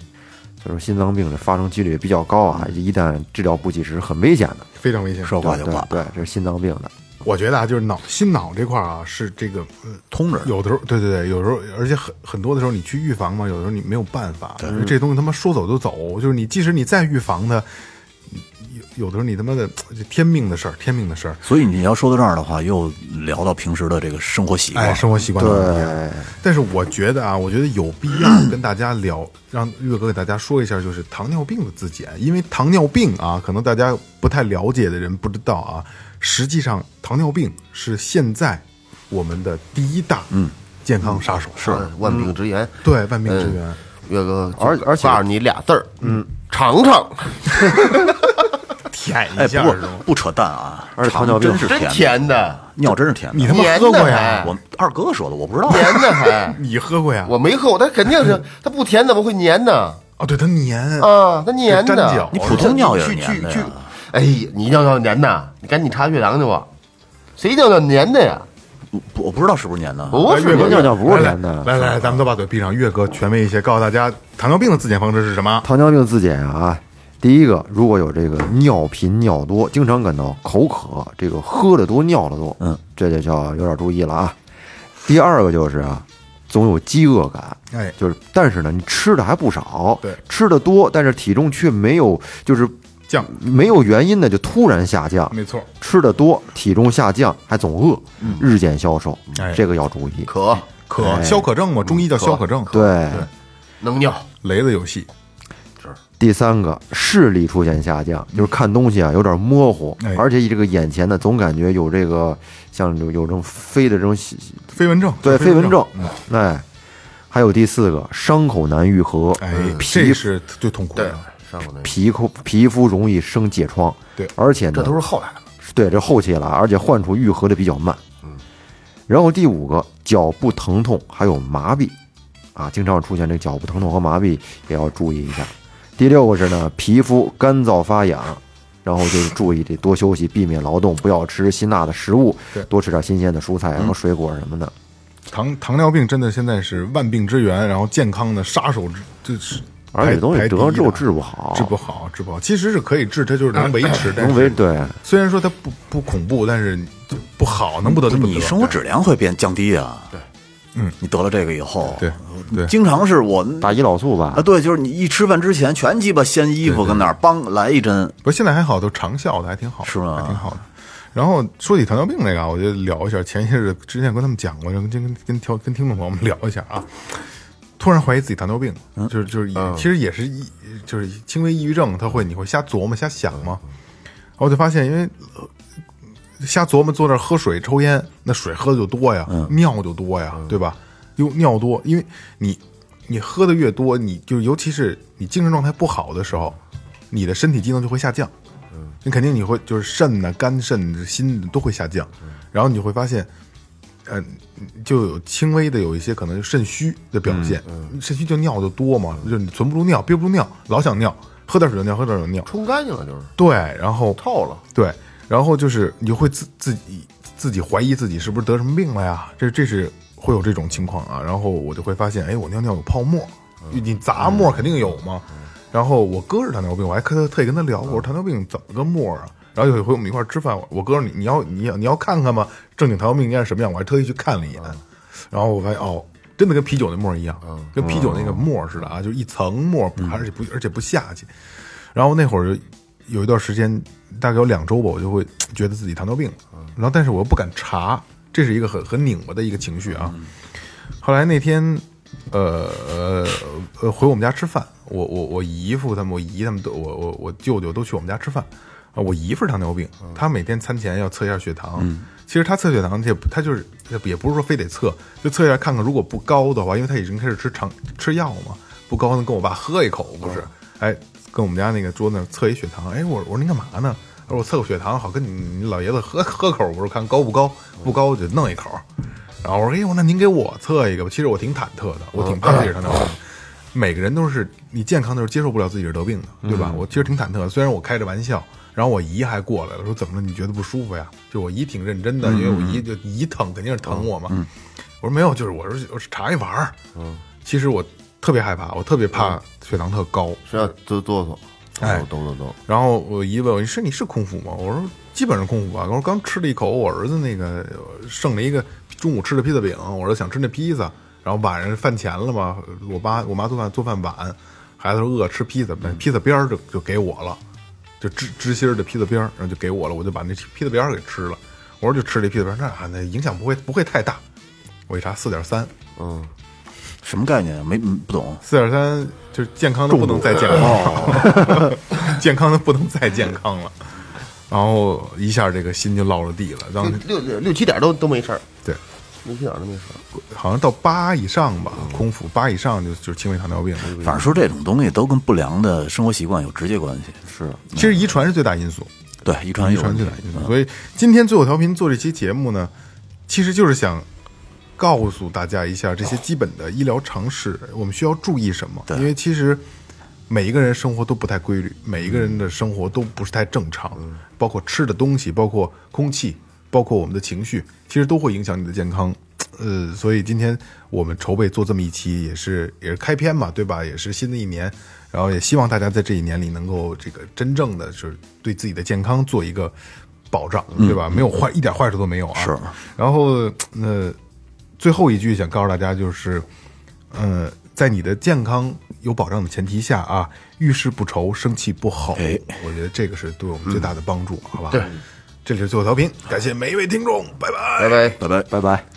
就是心脏病的发生几率比较高啊，一旦治疗不及时，很危险的。
非常危险。
说话就
对
话，
对，这是心脏病的。
我觉得啊，就是脑心脑这块儿啊，是这个呃
通着。
有的时候，对对对，有时候，而且很很多的时候，你去预防嘛，有的时候你没有办法，因为这东西他妈说走就走，就是你即使你再预防它，有有的时候你他妈的这天命的事儿，天命的事儿，
所以你要说到这儿的话，又聊到平时的这个生活习
哎，
惯。
生活习惯的问题。
对，
但是我觉得啊，我觉得有必要跟大家聊， 让岳哥给大家说一下，就是糖尿病的自检，因为糖尿病啊，可能大家不太了解的人不知道啊，实际上糖尿病是现在我们的第一大嗯健康杀手，
啊
是
嗯万病之源，
对万病之源。
岳哥，
而而且
告诉你俩字儿，嗯，尝尝，
舔
哎，
一
不
下
过
是吗？
不扯淡啊，
而且糖
肠
尿病
真是
真
甜的，
甜的，
尿真是甜的。
你他妈
甜
喝
的
过呀？
还，
我二哥说的，我不知道。
甜的还，
你喝过呀？
我没喝过，它肯定是它不甜怎么会粘呢？
哦，对，它黏
啊，它
粘
粘的
脚，
你普通尿也是
去
粘
去
的
去
呀，
哎，你尿尿粘的，你赶紧查血糖去吧，谁尿尿粘的呀？
不我不知道是不是粘的，啊
不
来，
是
岳哥，
您
尿尿不是
来
甜的
来来来，咱们都把嘴闭上。岳哥权威一些，告诉大家糖尿病的自检方式是什么？
糖尿病自检啊，第一个如果有这个尿频尿多，经常感到口渴，这个喝的多尿的多，嗯，这就叫有点注意了啊。第二个就是啊，总有饥饿感，
哎
就是但是呢，你吃的还不少，
对
吃的多，但是体重却没有就是
降，
没有原因的就突然下降，
没错，
吃的多，体重下降，还总饿，日渐消瘦，
嗯哎
这个要注意。
渴
渴消渴症嘛，中医叫消渴症。
哎嗯对，
能尿，
雷子有戏，
第三个视力出现下降，就是看东西啊有点模糊
嗯哎，
而且这个眼前呢总感觉有这个像有有这种飞的这种
飞蚊症，
对飞
飞
蚊症
症，，嗯
哎，还有第四个伤口难愈合，呃
哎，
皮
这是最痛苦
对
的。，
上过那个，
皮肤皮肤容易生疥疮，
对
而且呢
这都是后来的，
对，这后期了，而且患处愈合的比较慢。嗯，然后第五个，脚部疼痛还有麻痹，啊，经常出现这脚部疼痛和麻痹，也要注意一下。第六个是呢，皮肤干燥发痒，然后就是注意得多休息，避免劳动，不要吃辛辣的食物
对，嗯
多吃点新鲜的蔬菜和水果什么的。
糖糖尿病真的现在是万病之源，然后健康的杀手之，这是
而且
排
这东西
排
得
第
了
一
之后
的
治不好，哎
治不好，治不好，其实是可以治，它就是能维持，但
能为
是
对。
虽然说它不不恐怖，但是就不好，能不得就不得
你生活质量会变降低啊。对，
嗯，
你得了这个以后，
对对
经常是我
打胰岛素吧
啊，，对，就是你一吃饭之前全鸡巴掀衣服，跟那儿梆来一针，
不，现在还好，都长效的，还挺好，
是吗
还挺好的。然后说起糖尿病这个啊，我就聊一下，前些日子之前跟他们讲过，就跟跟跟听跟听众朋友们聊一下啊。突然怀疑自己糖尿病，
嗯
就是就是也、其实也是抑，就是轻微抑郁症，他会你会瞎琢磨瞎想嘛。然后我就发现，因为、呃瞎琢磨坐那儿喝水抽烟，那水喝的就多呀，尿就多呀，对吧？又尿多，因为你你喝的越多，你就尤其是你精神状态不好的时候，你的身体机能就会下降。你肯定你会就是肾呐、肝肾、心都会下降，然后你会发现，呃，就有轻微的有一些可能肾虚的表现，肾虚就尿就多嘛，就是你存不住尿，憋不住尿，老想尿，喝点水就尿，喝点水就尿，
冲干净了就是
对，然后
透了，
对，然后就是你会自自己自己怀疑自己是不是得什么病了呀？这这是会有这种情况啊。然后我就会发现，哎，我尿尿有泡沫，你杂沫肯定有嘛。然后我哥是糖尿病，我还特特意跟他聊，我说糖尿病怎么个沫啊？然后有一回我们一块儿吃饭，我我哥说你你要你要你要看看吗？正经糖尿病应该是什么样？我还特意去看了一眼，然后我发现哦，真的跟啤酒那沫儿一样，跟啤酒那个沫儿似的啊，就一层沫，而且不而且不下去。然后那会儿就有一段时间，大概有两周吧，我就会觉得自己糖尿病了，然后但是我又不敢查，这是一个很很拧巴的一个情绪啊。后来那天，呃呃呃，回我们家吃饭，我我我姨父他们，我姨他们都，我我我舅舅都去我们家吃饭。啊，我姨父是糖尿病，她每天餐前要测一下血糖。其实她测血糖，这她就是也不是说非得测，就测一下看看，如果不高的话，因为她已经开始吃糖吃药嘛，不高能跟我爸喝一口不是？哎，跟我们家那个桌子那儿测一血糖，哎，我我说您干嘛呢？他说我测个血糖，好跟你你老爷子喝喝口，我说看高不高，不高就弄一口。然后我说：“哎呦，那您给我测一个吧。”其实我挺忐忑的，我挺怕自己是糖尿病。每个人都是你健康的时候接受不了自己是得病的，对吧？我其实挺忐忑的，虽然我开着玩笑。然后我姨还过来了，说：“怎么了？你觉得不舒服呀？”就我姨挺认真的，因为我姨就姨疼，肯定是疼我嘛。我说没有，就是我是我是查一玩儿。嗯，其实我特别害怕，我特别怕血糖特高。
是啊要哆哆嗦，
哎
抖抖抖，
然后我姨问我：“你是你是空腹吗？”我说：“基本上空腹吧。”我说：“刚吃了一口，我儿子那个呃剩了一个中午吃的披萨饼，我儿子想吃那披萨，然后晚上饭前了嘛，我爸我妈做饭做饭晚，孩子说饿吃披萨，那披萨边儿就就给我了，就芝芝心儿的披萨边儿，然后就给我了，我就把那披萨边儿给吃了。我说就吃了一披萨边儿，那啊那影响不会不会太大。我一查四点三，
什么概念啊？没嗯不懂。
四点三就是健康的不能再健康了， 健康的不能再健康了。然后一下这个心就落了地了，当时
六六六七点都都没事儿，
对，
六七点都没事儿，
好像到八以上吧，空腹八以上就就是轻微糖尿病了。
反正说这种东西都跟不良的生活习惯有直接关系。是
其实遗传是最大因素，
对，遗传
遗
有
传
问
最
题
大因素。所以今天最后调频做这期节目呢，其实就是想告诉大家一下这些基本的医疗常识，我们需要注意什么？因为其实每一个人生活都不太规律，每一个人的生活都不是太正常，包括吃的东西，包括空气，包括我们的情绪，其实都会影响你的健康。呃，所以今天我们筹备做这么一期，也是也是开篇嘛，对吧？也是新的一年，然后也希望大家在这一年里能够这个真正的是对自己的健康做一个保障，对吧？没有坏一点坏处都没有啊。
是。
然后呃，最后一句想告诉大家就是，呃，在你的健康有保障的前提下啊，遇事不愁，生气不吼，
哎
我觉得这个是对我们最大的帮助，好吧？对。这里是最后调频，感谢每一位听众，拜拜。
拜拜。
拜拜。
拜拜。